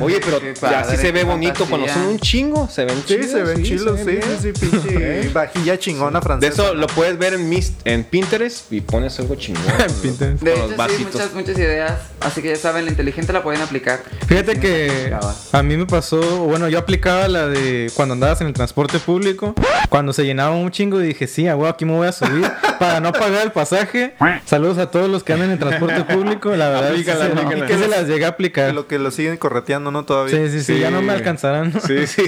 [SPEAKER 5] Oye, pero
[SPEAKER 2] Qué
[SPEAKER 5] así
[SPEAKER 2] padre,
[SPEAKER 5] se ve
[SPEAKER 2] qué
[SPEAKER 5] bonito cuando
[SPEAKER 2] fantasía.
[SPEAKER 5] son un chingo, se ven
[SPEAKER 3] Sí,
[SPEAKER 5] chidos,
[SPEAKER 3] se ven chilos,
[SPEAKER 5] se
[SPEAKER 3] sí,
[SPEAKER 5] ven bien.
[SPEAKER 3] sí, sí, pinche vajilla chingona
[SPEAKER 5] De
[SPEAKER 3] francesa.
[SPEAKER 5] eso lo puedes ver en, mis- en Pinterest y pones algo chingón.
[SPEAKER 4] Pinterest.
[SPEAKER 5] Con
[SPEAKER 2] De
[SPEAKER 5] los
[SPEAKER 2] hecho, sí,
[SPEAKER 5] vasitos.
[SPEAKER 2] muchas, muchas ideas. Así que ya saben, la inteligente la pueden aplicar.
[SPEAKER 4] Fíjate que a mí me pasó, bueno, yo aplicaba la de cuando andabas en el transporte público, cuando se llenaba un chingo y dije, sí, a huevo, aquí me voy a subir para no pagar el pasaje. Saludos a todos los que andan en transporte público, la verdad. es que
[SPEAKER 5] Aplícala,
[SPEAKER 4] se-
[SPEAKER 5] aplícala.
[SPEAKER 4] y que se las llegué a aplicar.
[SPEAKER 3] Que lo que lo siguen correteando, ¿no? Todavía.
[SPEAKER 4] Sí, sí, sí, ya no me alcanzarán.
[SPEAKER 5] Sí, sí.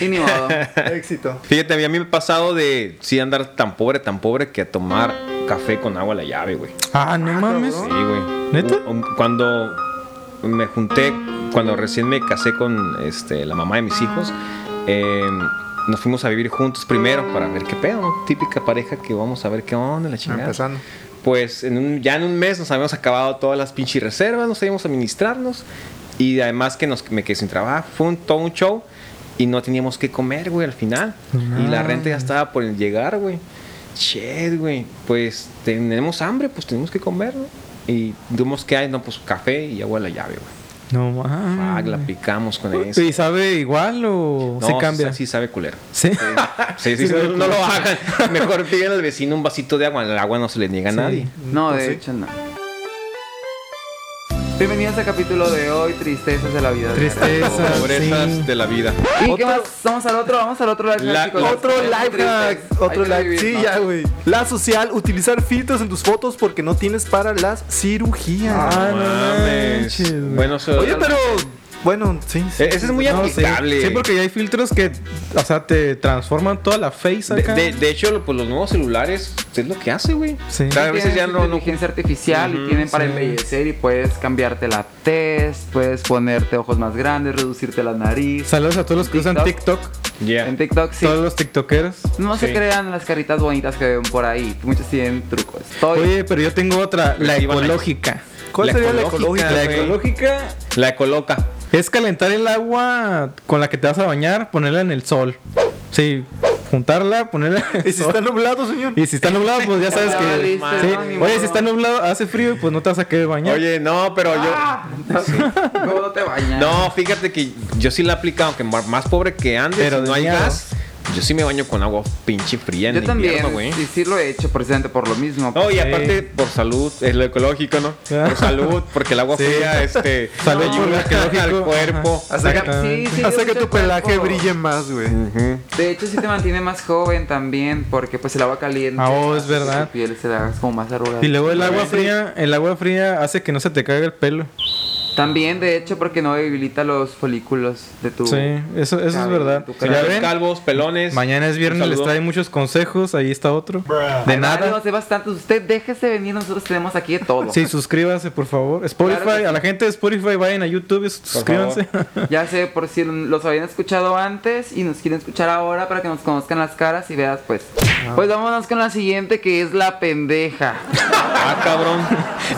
[SPEAKER 2] Y ni modo.
[SPEAKER 3] Éxito.
[SPEAKER 5] Fíjate, a mí me ha pasado de sí andar tan pobre, tan pobre que a tomar café con agua a la llave, güey.
[SPEAKER 4] Ah, no mames.
[SPEAKER 5] Sí, güey.
[SPEAKER 4] ¿Neta?
[SPEAKER 5] Un- un- Cuando me junté, cuando recién me casé con este, la mamá de mis hijos, eh, nos fuimos a vivir juntos primero para ver qué pedo. ¿no? Típica pareja que vamos a ver qué onda, la chingada.
[SPEAKER 3] Empezando.
[SPEAKER 5] Pues en un- ya en un mes nos habíamos acabado todas las pinches reservas, no sabíamos administrarnos y además que nos, me quedé sin trabajo. Fue un, todo un show y no teníamos que comer, güey, al final. Y la renta ya estaba por llegar, güey. Che, güey, pues tenemos hambre, pues tenemos que comer, ¿no? Y tuvimos que, ay, no, pues café y agua a la llave, güey.
[SPEAKER 4] No
[SPEAKER 5] Fuck, Ah, la
[SPEAKER 4] mames.
[SPEAKER 5] picamos con eso.
[SPEAKER 4] Mm. ¿Y sabe igual o
[SPEAKER 5] No,
[SPEAKER 4] se cambia?
[SPEAKER 5] Sí, sí sabe culero.
[SPEAKER 4] Sí.
[SPEAKER 5] Sí, sí, no, no lo hagan. Mejor piden al vecino un vasito de agua. El agua no se le niega a nadie.
[SPEAKER 2] No,
[SPEAKER 3] Pues
[SPEAKER 2] de
[SPEAKER 3] sí.
[SPEAKER 2] hecho, no. Bienvenidos al capítulo de hoy, Tristezas de la Vida.
[SPEAKER 4] Tristezas.
[SPEAKER 5] Pobrezas
[SPEAKER 4] sí.
[SPEAKER 5] de la vida.
[SPEAKER 2] ¿Y qué más? Vamos al otro, vamos al otro live.
[SPEAKER 5] La-
[SPEAKER 2] chicos.
[SPEAKER 3] Otro
[SPEAKER 2] Es
[SPEAKER 3] life
[SPEAKER 2] triste.
[SPEAKER 3] hack,
[SPEAKER 2] Hay
[SPEAKER 3] otro
[SPEAKER 2] que
[SPEAKER 3] life.
[SPEAKER 2] vivir,
[SPEAKER 3] Sí,
[SPEAKER 2] ¿no?
[SPEAKER 3] ya, güey. La social, utilizar filtros en tus fotos porque no tienes para las cirugías.
[SPEAKER 4] Ah, no
[SPEAKER 5] Mames.
[SPEAKER 4] manches, güey.
[SPEAKER 5] Bueno, eso-
[SPEAKER 3] Oye, pero. Bueno, sí. sí.
[SPEAKER 5] E- Ese es muy
[SPEAKER 4] No, sí.
[SPEAKER 5] aplicable.
[SPEAKER 4] Sí, porque ya hay filtros que, o sea, te transforman toda la face
[SPEAKER 5] De,
[SPEAKER 4] acá.
[SPEAKER 5] de- de hecho, lo- pues los nuevos celulares es lo que hace, güey.
[SPEAKER 4] Sí.
[SPEAKER 5] O sea, a veces ya
[SPEAKER 2] Tienen
[SPEAKER 5] no. no-
[SPEAKER 2] inteligencia artificial y tienen para
[SPEAKER 4] sí.
[SPEAKER 2] embellecer y puedes cambiarte la tez, puedes ponerte ojos más grandes, reducirte la nariz.
[SPEAKER 4] Saludos a todos los que usan TikTok,
[SPEAKER 2] TikTok.
[SPEAKER 5] Yeah.
[SPEAKER 2] En TikTok sí.
[SPEAKER 4] todos los TikTokeros.
[SPEAKER 2] No
[SPEAKER 5] Sí.
[SPEAKER 2] se crean las caritas bonitas que ven por ahí. Muchos tienen trucos. Estoy
[SPEAKER 4] Oye, pero yo tengo otra, la
[SPEAKER 5] Sí, van a-
[SPEAKER 4] ecológica.
[SPEAKER 3] ¿Cuál sería la ecológica,
[SPEAKER 4] La
[SPEAKER 5] güey.
[SPEAKER 4] ecológica
[SPEAKER 5] La coloca.
[SPEAKER 4] es calentar el agua con la que te vas a bañar, ponerla en el sol. Sí, juntarla, ponerla en
[SPEAKER 3] ¿Y
[SPEAKER 4] el
[SPEAKER 3] si
[SPEAKER 4] sol.
[SPEAKER 3] está nublado, señor?
[SPEAKER 4] Y si está nublado, pues ya sabes
[SPEAKER 2] Ya
[SPEAKER 4] que.
[SPEAKER 2] valiste,
[SPEAKER 4] sí.
[SPEAKER 2] ¿no? Ni
[SPEAKER 4] Oye,
[SPEAKER 2] modo.
[SPEAKER 4] si está nublado, hace frío, pues no te vas a querer bañar.
[SPEAKER 5] Oye, no, pero yo.
[SPEAKER 4] Ah.
[SPEAKER 2] Luego no te bañas.
[SPEAKER 5] No, fíjate que yo sí la he aplicado, aunque mar- más pobre que antes,
[SPEAKER 4] Pero
[SPEAKER 5] si no hay
[SPEAKER 4] desviado.
[SPEAKER 5] gas. Yo sí me baño con agua pinche fría en
[SPEAKER 2] Yo también,
[SPEAKER 5] invierno, güey.
[SPEAKER 2] y sí lo he hecho precisamente por lo mismo.
[SPEAKER 5] No, y
[SPEAKER 4] Sí.
[SPEAKER 5] aparte por salud, es lo ecológico, ¿no?
[SPEAKER 4] Ah.
[SPEAKER 5] Por salud, porque el agua
[SPEAKER 4] Sí.
[SPEAKER 5] fría, este,
[SPEAKER 4] Salud,
[SPEAKER 5] ayuda
[SPEAKER 4] ecológico.
[SPEAKER 5] al cuerpo.
[SPEAKER 4] Ajá.
[SPEAKER 3] Hasta que,
[SPEAKER 4] Exactamente.
[SPEAKER 2] Sí, sí,
[SPEAKER 3] hasta
[SPEAKER 2] yo
[SPEAKER 3] que
[SPEAKER 2] uso
[SPEAKER 3] tu
[SPEAKER 2] el
[SPEAKER 3] pelaje
[SPEAKER 2] cuerpo.
[SPEAKER 3] brille más, güey.
[SPEAKER 5] Ujú.
[SPEAKER 2] De hecho, sí te mantiene más joven también, porque pues el agua caliente.
[SPEAKER 4] Ah, oh, es
[SPEAKER 2] hace que
[SPEAKER 4] verdad.
[SPEAKER 2] Tu piel se haga como más arrugada.
[SPEAKER 4] Y luego el agua fría, el agua fría hace que no se te caiga el pelo.
[SPEAKER 2] También, de hecho, porque no debilita los folículos de tu.
[SPEAKER 4] Sí, eso, eso es
[SPEAKER 2] Cabello,
[SPEAKER 4] verdad.
[SPEAKER 2] tu cabello.
[SPEAKER 4] Ya
[SPEAKER 5] Señores
[SPEAKER 4] ven,
[SPEAKER 5] calvos, pelones.
[SPEAKER 4] mañana es viernes,
[SPEAKER 5] Un
[SPEAKER 4] les
[SPEAKER 5] saludo.
[SPEAKER 4] trae muchos consejos, ahí está otro. De
[SPEAKER 2] Hay varios,
[SPEAKER 4] nada.
[SPEAKER 2] hay bastantes. Usted déjese venir, nosotros tenemos aquí de todo.
[SPEAKER 4] Sí, suscríbanse, por favor. Spotify,
[SPEAKER 2] Claro que sí.
[SPEAKER 4] a la gente de Spotify, vayan a YouTube y suscríbanse.
[SPEAKER 2] Ya sé, por si los habían escuchado antes y nos quieren escuchar ahora para que nos conozcan las caras y veas, pues. Pues vámonos con la siguiente que es la pendeja.
[SPEAKER 5] Ah, cabrón.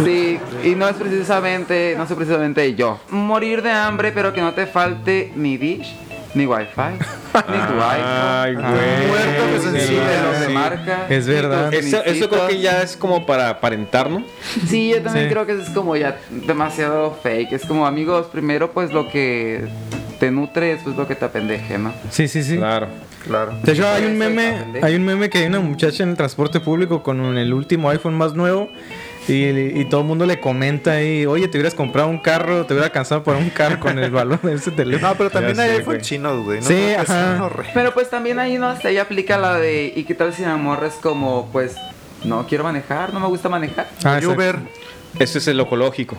[SPEAKER 2] Sí, y no es precisamente, no sé precisamente yo. Morir de hambre, pero que no te falte ni dish, Ni wifi, ni tu
[SPEAKER 5] Ay,
[SPEAKER 2] iPhone.
[SPEAKER 5] güey.
[SPEAKER 3] Muerto de sencillo.
[SPEAKER 2] Ni los de
[SPEAKER 3] Sí.
[SPEAKER 2] marca.
[SPEAKER 4] Es
[SPEAKER 2] ni
[SPEAKER 4] verdad.
[SPEAKER 2] los
[SPEAKER 5] Eso, eso creo que ya es como para aparentarnos.
[SPEAKER 2] Sí, yo también
[SPEAKER 4] Sí.
[SPEAKER 2] creo que es como ya demasiado fake. Es como, amigos, primero pues lo que te nutre es pues lo que te apendeje, ¿no?
[SPEAKER 4] Sí, sí, sí.
[SPEAKER 5] Claro.
[SPEAKER 3] Claro.
[SPEAKER 4] De hecho, hay un
[SPEAKER 2] Puede ser
[SPEAKER 4] meme,
[SPEAKER 2] también.
[SPEAKER 4] hay un meme que hay una muchacha en el transporte público con un- el último iPhone más nuevo y, y todo el mundo le comenta ahí, oye, te hubieras comprado un carro, te hubiera alcanzado para un carro con el valor de ese teléfono.
[SPEAKER 3] No, pero también
[SPEAKER 5] Ya
[SPEAKER 3] hay
[SPEAKER 5] sé,
[SPEAKER 3] iPhone
[SPEAKER 5] güey.
[SPEAKER 3] chinos, güey. No
[SPEAKER 4] Sí,
[SPEAKER 3] creo que sea
[SPEAKER 4] ajá.
[SPEAKER 3] uno re-
[SPEAKER 2] Pero pues también ahí, no sé, ella aplica la de, ¿y qué tal si mi amor es como, pues, no quiero manejar, no me gusta manejar?
[SPEAKER 4] Ah, exacto.
[SPEAKER 3] Uber.
[SPEAKER 5] Ese es el ecológico.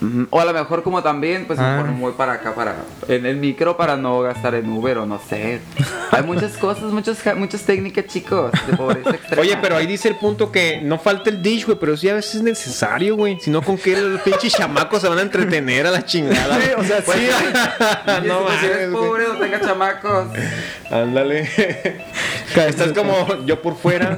[SPEAKER 2] Ujú. O a lo mejor como también, pues
[SPEAKER 4] Ah.
[SPEAKER 2] mejor me voy para acá, para en el micro para no gastar en Uber o no sé. Hay muchas cosas, muchas, ja- muchas técnicas, chicos, de pobreza extrema.
[SPEAKER 5] Oye, pero ahí dice el punto que no falta el dish, güey, pero eso ya a veces es necesario, güey. Si no, ¿con qué los pinches chamacos se van a entretener a la chingada?
[SPEAKER 3] Sí, o sea,
[SPEAKER 5] Pues,
[SPEAKER 3] sí.
[SPEAKER 5] no
[SPEAKER 2] no, si
[SPEAKER 5] mames,
[SPEAKER 2] eres
[SPEAKER 5] güey.
[SPEAKER 2] pobre, no tengas chamacos.
[SPEAKER 5] Ándale. Estás como yo por fuera,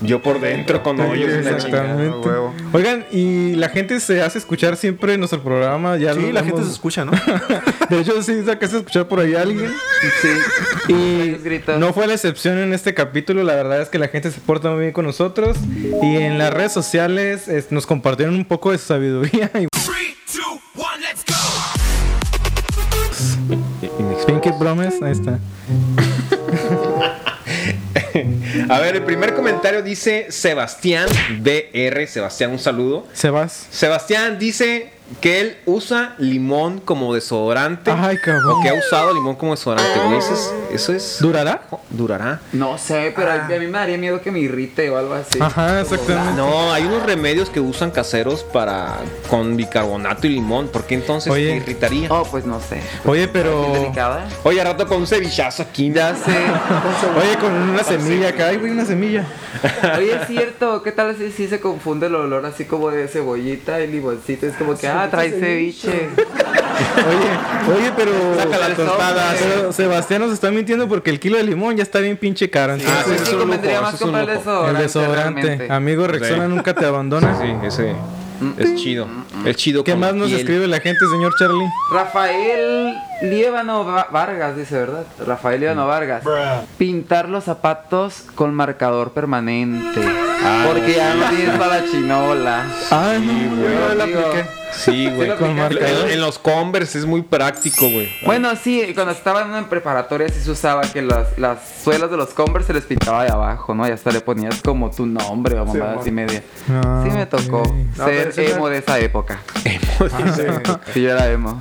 [SPEAKER 5] yo por dentro con hoyos. en la chingada.
[SPEAKER 4] Exactamente.
[SPEAKER 3] chingada, huevo.
[SPEAKER 4] Oigan, y la gente se hace escuchar siempre en nuestro programa. Ya
[SPEAKER 3] Sí,
[SPEAKER 4] lo
[SPEAKER 3] la gente
[SPEAKER 4] hemos-
[SPEAKER 3] se escucha, ¿no?
[SPEAKER 4] De hecho, sí, se hace escuchar por ahí a alguien.
[SPEAKER 2] Sí.
[SPEAKER 4] Y
[SPEAKER 2] Esos gritos.
[SPEAKER 4] no fue la excepción en este capítulo. La verdad es que la gente se porta muy bien con nosotros. Y en las redes sociales es- nos compartieron un poco de su sabiduría. Y Pinky Promise, ahí está.
[SPEAKER 5] A ver, el primer comentario dice Sebastián DR. Sebastián, un saludo.
[SPEAKER 4] Sebas.
[SPEAKER 5] Sebastián dice que él usa limón como desodorante.
[SPEAKER 4] Ay, cabrón.
[SPEAKER 5] O que ha usado limón como desodorante, güey. Eso es. Eso es
[SPEAKER 4] ¿Durará?
[SPEAKER 5] durará.
[SPEAKER 2] No sé, pero a mí me daría miedo que me irrite o algo así.
[SPEAKER 4] Ajá, exactamente.
[SPEAKER 5] No, hay unos remedios que usan caseros para con bicarbonato y limón. ¿Por qué entonces
[SPEAKER 4] Oye.
[SPEAKER 5] te irritaría?
[SPEAKER 2] Oh, pues no sé.
[SPEAKER 4] Oye, pero.
[SPEAKER 2] ¿Es delicada?
[SPEAKER 5] Oye, a rato con un cevichazo aquí.
[SPEAKER 2] Ya sé.
[SPEAKER 4] Oye, con una semilla acá. Ay, güey, una semilla.
[SPEAKER 2] Oye, es cierto, ¿qué tal si, si se confunde el olor así como de cebollita y limoncito? Es como que, ah, trae ceviche.
[SPEAKER 4] Oye, oye, pero.
[SPEAKER 5] Saca las tostadas.
[SPEAKER 4] Pero Sebastián nos está mintiendo porque el kilo de limón ya está bien pinche caro.
[SPEAKER 5] Ah, sí,
[SPEAKER 2] sí,
[SPEAKER 5] eso
[SPEAKER 4] entonces-
[SPEAKER 5] es
[SPEAKER 2] sí,
[SPEAKER 5] un
[SPEAKER 2] pues, convendría
[SPEAKER 5] lujo,
[SPEAKER 2] más
[SPEAKER 5] eso es un
[SPEAKER 2] comprar el
[SPEAKER 5] lujo.
[SPEAKER 4] el
[SPEAKER 2] desodorante.
[SPEAKER 4] desodorante.
[SPEAKER 2] realmente.
[SPEAKER 4] Amigo, Rexona
[SPEAKER 5] Sí.
[SPEAKER 4] nunca te abandona.
[SPEAKER 5] Sí, ese es chido. Es chido.
[SPEAKER 4] Ah, ¿Qué
[SPEAKER 5] con
[SPEAKER 4] más nos
[SPEAKER 5] piel.
[SPEAKER 4] escribe la gente, señor Charlie?
[SPEAKER 2] Rafael Líbano Va- Vargas, dice, ¿verdad? Rafael Líbano
[SPEAKER 5] Mm.
[SPEAKER 2] Vargas. Pintar los zapatos con marcador permanente.
[SPEAKER 5] Ah,
[SPEAKER 2] porque ya no tienes para la chinola.
[SPEAKER 4] Ay, yo la
[SPEAKER 2] Digo,
[SPEAKER 4] apliqué.
[SPEAKER 5] Sí, güey.
[SPEAKER 2] lo
[SPEAKER 5] Con
[SPEAKER 2] aplicaste.
[SPEAKER 5] marca. en, en los Converse es muy práctico, güey.
[SPEAKER 2] Bueno, sí, cuando estaban en preparatoria sí se usaba que las, las suelas de los Converse se les pintaba de abajo, ¿no? Y hasta le ponías como tu nombre o mamada
[SPEAKER 3] amor.
[SPEAKER 2] así media.
[SPEAKER 4] Ah,
[SPEAKER 2] sí me tocó
[SPEAKER 4] ok.
[SPEAKER 3] No, pero
[SPEAKER 2] ser
[SPEAKER 3] sí me-
[SPEAKER 2] emo de esa época.
[SPEAKER 3] Sí.
[SPEAKER 2] Sí, yo era emo.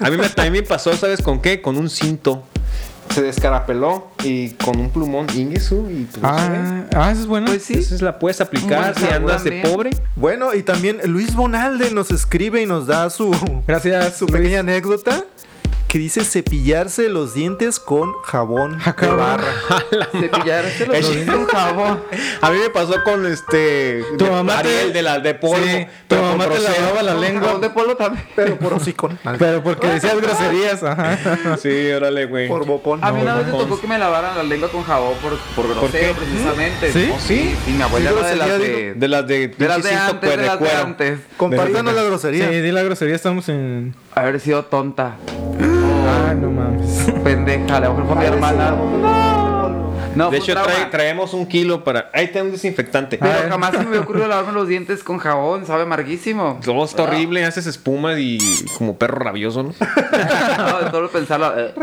[SPEAKER 5] A mí me, también me pasó, ¿sabes con qué? Con un cinto. Se descarapeló y con un plumón ingesu y pues,
[SPEAKER 4] Ah, ah, eso es bueno.
[SPEAKER 2] Pues sí.
[SPEAKER 5] Esa es la puedes aplicar
[SPEAKER 2] Bueno,
[SPEAKER 5] si andas de
[SPEAKER 2] también.
[SPEAKER 5] pobre.
[SPEAKER 3] Bueno, y también Luis Bonalde nos escribe y nos da su,
[SPEAKER 4] Gracias.
[SPEAKER 3] su pequeña anécdota que dice cepillarse los dientes con jabón
[SPEAKER 4] Ah,
[SPEAKER 3] de
[SPEAKER 4] cabrón.
[SPEAKER 3] barra.
[SPEAKER 2] Cepillarse los
[SPEAKER 5] Ese-
[SPEAKER 2] dientes con jabón.
[SPEAKER 5] A mí me pasó con este
[SPEAKER 4] Tu
[SPEAKER 5] de-
[SPEAKER 4] mamá te-
[SPEAKER 5] Ariel de la de polvo,
[SPEAKER 4] Sí, tu
[SPEAKER 5] pero con
[SPEAKER 4] mamá te
[SPEAKER 5] grosero.
[SPEAKER 4] lavaba la
[SPEAKER 2] Jabón
[SPEAKER 4] lengua.
[SPEAKER 2] de polo también.
[SPEAKER 3] Pero por hocicón.
[SPEAKER 4] Pero porque decías groserías, ajá.
[SPEAKER 5] Sí, órale, güey.
[SPEAKER 3] Por bocón.
[SPEAKER 2] A mí una vez me
[SPEAKER 5] no.
[SPEAKER 2] tocó que me lavaran la lengua con jabón por, por grosero,
[SPEAKER 5] qué?
[SPEAKER 2] precisamente.
[SPEAKER 4] ¿Sí?
[SPEAKER 2] No, sí. Y mi abuela
[SPEAKER 3] Sí,
[SPEAKER 2] era de las
[SPEAKER 3] grosería,
[SPEAKER 2] de...
[SPEAKER 5] De las de
[SPEAKER 2] de las
[SPEAKER 5] pinche
[SPEAKER 2] de
[SPEAKER 5] cinto,
[SPEAKER 2] antes,
[SPEAKER 5] pues,
[SPEAKER 2] de las de
[SPEAKER 5] cuero.
[SPEAKER 2] antes.
[SPEAKER 3] Compártanos la
[SPEAKER 4] Sí,
[SPEAKER 3] grosería.
[SPEAKER 4] di la grosería, estamos en.
[SPEAKER 2] Haber sido tonta.
[SPEAKER 4] Ah, no mames.
[SPEAKER 2] Pendeja, a lo mejor fue mi hermana. No, fue
[SPEAKER 5] De
[SPEAKER 2] un
[SPEAKER 5] hecho,
[SPEAKER 2] trauma.
[SPEAKER 5] trae- traemos un kilo para. Ahí está un desinfectante.
[SPEAKER 4] Ah.
[SPEAKER 3] eh.
[SPEAKER 2] Pero jamás se me ocurrió lavarme los dientes con jabón, sabe amarguísimo.
[SPEAKER 5] Todo está horrible, haces espuma y como perro rabioso, ¿no?
[SPEAKER 2] No, de solo pensarlo. eh,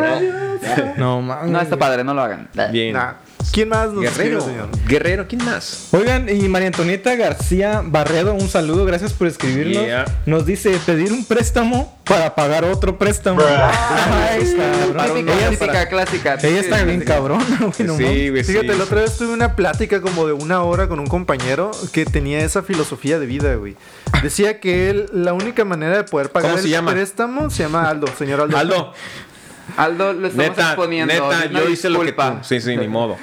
[SPEAKER 4] No mames.
[SPEAKER 2] No, está padre, no lo hagan.
[SPEAKER 5] Bien.
[SPEAKER 3] Nah. ¿Quién más nos escribe,
[SPEAKER 5] Guerrero.
[SPEAKER 3] señor?
[SPEAKER 5] Guerrero, ¿quién más?
[SPEAKER 4] Oigan, y María Antonieta García Barredo, un saludo, gracias por escribirnos.
[SPEAKER 5] Yeah.
[SPEAKER 4] Nos dice pedir un préstamo para pagar otro préstamo. Ay, cabrón.
[SPEAKER 2] Típica,
[SPEAKER 4] Ella,
[SPEAKER 2] típica, clásica.
[SPEAKER 4] ella está bien cabrona, güey, no mames.
[SPEAKER 5] Sí, güey.
[SPEAKER 3] Fíjate,
[SPEAKER 5] sí.
[SPEAKER 3] la otra vez tuve una plática como de una hora con un compañero que tenía esa filosofía de vida, güey. Decía que él, la única manera de poder pagar
[SPEAKER 5] ¿Cómo se
[SPEAKER 3] el
[SPEAKER 5] llama?
[SPEAKER 3] préstamo se llama Aldo, señor Aldo.
[SPEAKER 5] Aldo,
[SPEAKER 2] Aldo, lo estamos
[SPEAKER 5] neta,
[SPEAKER 2] exponiendo.
[SPEAKER 5] neta,
[SPEAKER 2] una
[SPEAKER 5] yo hice lo que tú.
[SPEAKER 2] disculpa.
[SPEAKER 5] Sí, sí, ni modo.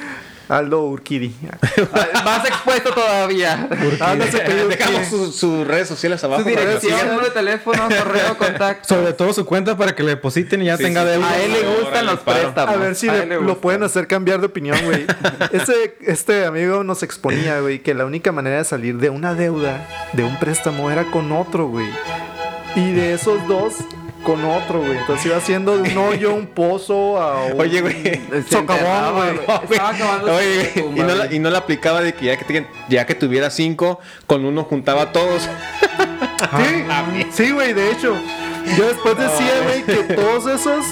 [SPEAKER 3] Aldo Urquidi. Ah,
[SPEAKER 2] Ay, Más expuesto todavía.
[SPEAKER 3] Aldo se pidió
[SPEAKER 5] Dejamos
[SPEAKER 3] que-
[SPEAKER 5] sus sus redes sociales abajo.
[SPEAKER 2] Su
[SPEAKER 5] para que
[SPEAKER 2] dirección,
[SPEAKER 5] sigan.
[SPEAKER 2] número de teléfono, correo, contacto.
[SPEAKER 4] Sobre todo su cuenta para que le depositen y ya
[SPEAKER 5] Sí,
[SPEAKER 4] tenga
[SPEAKER 5] sí, sí.
[SPEAKER 4] deuda.
[SPEAKER 2] A él le
[SPEAKER 5] Órale,
[SPEAKER 2] gustan los
[SPEAKER 5] paro.
[SPEAKER 2] préstamos.
[SPEAKER 3] A ver si
[SPEAKER 2] A
[SPEAKER 3] le-
[SPEAKER 2] él le
[SPEAKER 3] lo
[SPEAKER 2] gusta.
[SPEAKER 3] pueden hacer cambiar de opinión, güey. Este, este amigo nos exponía, güey, que la única manera de salir de una deuda, de un préstamo, era con otro, güey. Y de esos dos, con otro, güey. Entonces iba haciendo de un hoyo, un pozo, a un
[SPEAKER 5] Oye, güey.
[SPEAKER 3] socavón, güey.
[SPEAKER 2] Estaba acabando
[SPEAKER 5] Oye,
[SPEAKER 2] su
[SPEAKER 5] güey,
[SPEAKER 2] tumba,
[SPEAKER 5] y, no la,
[SPEAKER 2] güey.
[SPEAKER 5] y no la aplicaba de que ya que, te- ya que tuviera cinco, con uno juntaba a todos.
[SPEAKER 3] Sí, sí, güey, de hecho. Yo después decía, güey, que todos esos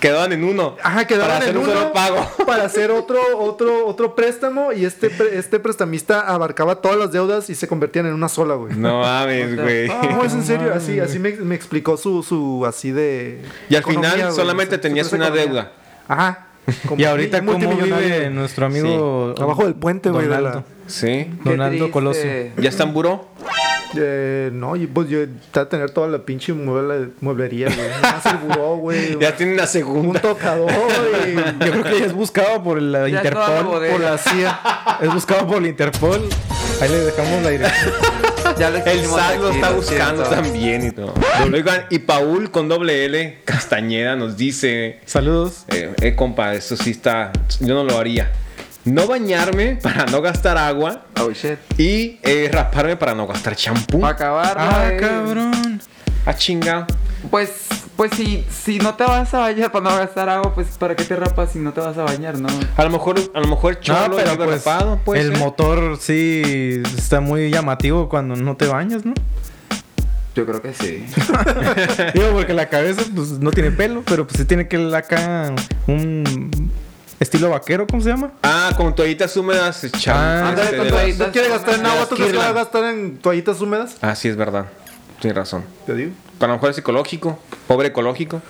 [SPEAKER 5] Quedaban en uno.
[SPEAKER 3] Ajá, quedaron
[SPEAKER 5] Para hacer
[SPEAKER 3] en
[SPEAKER 5] un solo
[SPEAKER 3] uno
[SPEAKER 5] pago.
[SPEAKER 3] para hacer otro, otro, otro préstamo y este, pre- este prestamista abarcaba todas las deudas y se convertían en una sola, güey.
[SPEAKER 5] No mames, güey.
[SPEAKER 3] Ah, No, es en serio, así, así me, me explicó su, su así de.
[SPEAKER 5] Y al
[SPEAKER 3] economía,
[SPEAKER 5] final
[SPEAKER 3] güey,
[SPEAKER 5] solamente
[SPEAKER 3] su- su
[SPEAKER 5] tenías
[SPEAKER 3] clase
[SPEAKER 5] una
[SPEAKER 3] económica.
[SPEAKER 5] deuda.
[SPEAKER 3] Ajá. Como
[SPEAKER 4] Y ahorita,
[SPEAKER 3] multi-
[SPEAKER 4] ¿cómo
[SPEAKER 3] multimillonario,
[SPEAKER 4] vive
[SPEAKER 3] güey.
[SPEAKER 4] nuestro amigo?
[SPEAKER 3] Abajo del puente, güey, de la-
[SPEAKER 4] Donaldo,
[SPEAKER 5] Sí.
[SPEAKER 2] Qué
[SPEAKER 4] Donaldo
[SPEAKER 2] triste.
[SPEAKER 4] Colosio.
[SPEAKER 5] ¿Ya está en buró?
[SPEAKER 3] Eh, no, y pues yo está a tener toda la pinche mueble- mueblería, güey. Más el buró, güey.
[SPEAKER 5] Ya tiene una
[SPEAKER 3] un
[SPEAKER 5] segunda.
[SPEAKER 3] tocador,
[SPEAKER 4] Yo creo que ya es buscado por la
[SPEAKER 2] Ya toda la
[SPEAKER 4] Interpol.
[SPEAKER 2] bodega.
[SPEAKER 4] por la CIA. Es buscado por la Interpol. Ahí le dejamos la dirección.
[SPEAKER 2] Ya lo
[SPEAKER 5] El
[SPEAKER 2] exigimos
[SPEAKER 5] SAT lo
[SPEAKER 2] aquí,
[SPEAKER 5] está
[SPEAKER 2] lo
[SPEAKER 5] buscando
[SPEAKER 2] siento.
[SPEAKER 5] también. Y, todo. Oigan, y Paul con doble L Castañeda nos dice:
[SPEAKER 4] Saludos.
[SPEAKER 5] Eh, eh, compa, eso sí está. Yo no lo haría. No bañarme para no gastar agua
[SPEAKER 2] Oh shit.
[SPEAKER 5] y eh, raparme para no gastar champú.
[SPEAKER 2] Para acabar,
[SPEAKER 4] Ah,
[SPEAKER 2] güey.
[SPEAKER 4] cabrón.
[SPEAKER 5] Ah, chinga.
[SPEAKER 2] Pues, pues si, si no te vas a bañar para no gastar agua, pues para qué te rapas si no te vas a bañar, ¿no?
[SPEAKER 5] A lo mejor, a lo mejor
[SPEAKER 4] No,
[SPEAKER 5] cholo
[SPEAKER 4] pero
[SPEAKER 5] iba
[SPEAKER 4] pues,
[SPEAKER 5] rapado, puede
[SPEAKER 4] el
[SPEAKER 5] ser.
[SPEAKER 4] motor sí está muy llamativo cuando no te bañas, ¿no?
[SPEAKER 2] Yo creo que sí.
[SPEAKER 4] Digo, porque la cabeza pues no tiene pelo, pero pues sí tiene que acá un estilo vaquero, ¿cómo se llama?
[SPEAKER 5] Ah, con toallitas húmedas, champú.
[SPEAKER 4] Ah,
[SPEAKER 2] ándale,
[SPEAKER 5] este,
[SPEAKER 2] con
[SPEAKER 5] de las-
[SPEAKER 2] toallitas.
[SPEAKER 3] No quiere gastar en agua, ¿tú crees que va a
[SPEAKER 5] Kirlan.
[SPEAKER 3] gastar en toallitas húmedas?
[SPEAKER 5] Ah, sí, es verdad. Tienes razón.
[SPEAKER 3] Te digo.
[SPEAKER 5] A lo mejor es ecológico, pobre ecológico.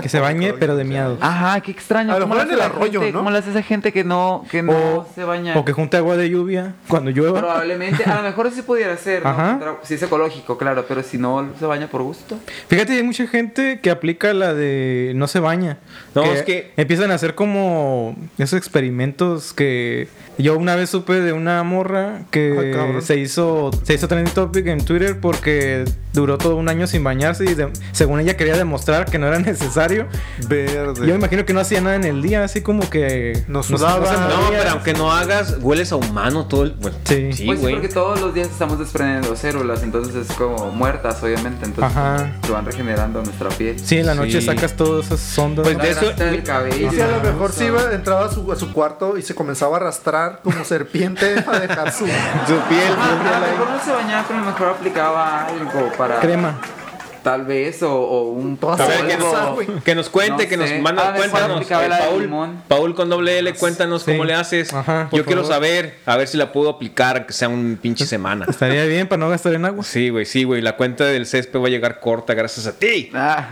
[SPEAKER 4] Que se bañe, pero de miado.
[SPEAKER 2] Ajá, qué extraño.
[SPEAKER 3] A lo
[SPEAKER 2] ¿Cómo
[SPEAKER 3] mejor
[SPEAKER 2] le
[SPEAKER 3] en
[SPEAKER 2] hace
[SPEAKER 3] el
[SPEAKER 2] la
[SPEAKER 3] arroyo,
[SPEAKER 2] gente-
[SPEAKER 3] ¿no?
[SPEAKER 2] ¿Cómo le hace esa gente que no, que no se baña?
[SPEAKER 4] O que junte agua de lluvia cuando llueva.
[SPEAKER 2] Probablemente, a lo mejor sí pudiera ser, ¿no?
[SPEAKER 4] Ajá.
[SPEAKER 2] Tra- Si es ecológico, claro, pero si no se baña por gusto.
[SPEAKER 4] Fíjate, hay mucha gente que aplica la de no se baña.
[SPEAKER 5] No, es que-
[SPEAKER 4] Empiezan a hacer como esos experimentos que... Yo una vez supe de una morra
[SPEAKER 3] Ay,
[SPEAKER 4] que
[SPEAKER 3] cabrón.
[SPEAKER 4] se hizo se hizo trending topic en Twitter porque duró todo un año sin bañarse y de- según ella quería demostrar que no era necesario.
[SPEAKER 3] Verde.
[SPEAKER 4] Yo me imagino que no hacía nada en el día, así como que...
[SPEAKER 3] No
[SPEAKER 4] se-
[SPEAKER 3] sudaba.
[SPEAKER 4] se
[SPEAKER 5] No,
[SPEAKER 4] movía.
[SPEAKER 5] pero aunque no hagas, hueles a humano todo el. Bueno,
[SPEAKER 4] Sí.
[SPEAKER 5] sí,
[SPEAKER 2] pues sí,
[SPEAKER 5] güey.
[SPEAKER 2] porque todos los días estamos desprendiendo células, entonces es como muertas, obviamente. Entonces
[SPEAKER 4] Ajá.
[SPEAKER 2] se van regenerando nuestra piel.
[SPEAKER 4] Sí, en la noche
[SPEAKER 5] Sí.
[SPEAKER 4] sacas todas esas ondas.
[SPEAKER 5] Pues de eso-
[SPEAKER 2] Arrastra el cabello.
[SPEAKER 3] Y si a lo mejor
[SPEAKER 2] Ajá.
[SPEAKER 3] sí iba, entraba a su, a su cuarto y se comenzaba a arrastrar como serpiente para dejar su.
[SPEAKER 5] Su piel.
[SPEAKER 2] Ah, a lo mejor no se bañaba, pero a lo mejor aplicaba algo para.
[SPEAKER 4] crema.
[SPEAKER 2] Tal vez, o, o un
[SPEAKER 3] Todas
[SPEAKER 5] A ver, que
[SPEAKER 3] Bolsa,
[SPEAKER 5] nos,
[SPEAKER 3] güey.
[SPEAKER 5] que nos cuente,
[SPEAKER 2] No
[SPEAKER 5] que nos
[SPEAKER 2] sé.
[SPEAKER 5] manda,
[SPEAKER 2] Ah, de Juan
[SPEAKER 5] cuéntanos.
[SPEAKER 2] Picabela
[SPEAKER 5] eh,
[SPEAKER 2] de
[SPEAKER 5] Paul,
[SPEAKER 2] limón.
[SPEAKER 5] Paul con doble L, cuéntanos
[SPEAKER 4] Sí.
[SPEAKER 5] cómo le haces.
[SPEAKER 4] Ajá, por
[SPEAKER 5] Yo quiero
[SPEAKER 4] favor.
[SPEAKER 5] saber, a ver si la puedo aplicar, que sea un pinche semana.
[SPEAKER 4] Estaría bien para no gastar en agua.
[SPEAKER 5] Sí, güey, sí, güey. La cuenta del césped va a llegar corta gracias a ti.
[SPEAKER 2] Ah.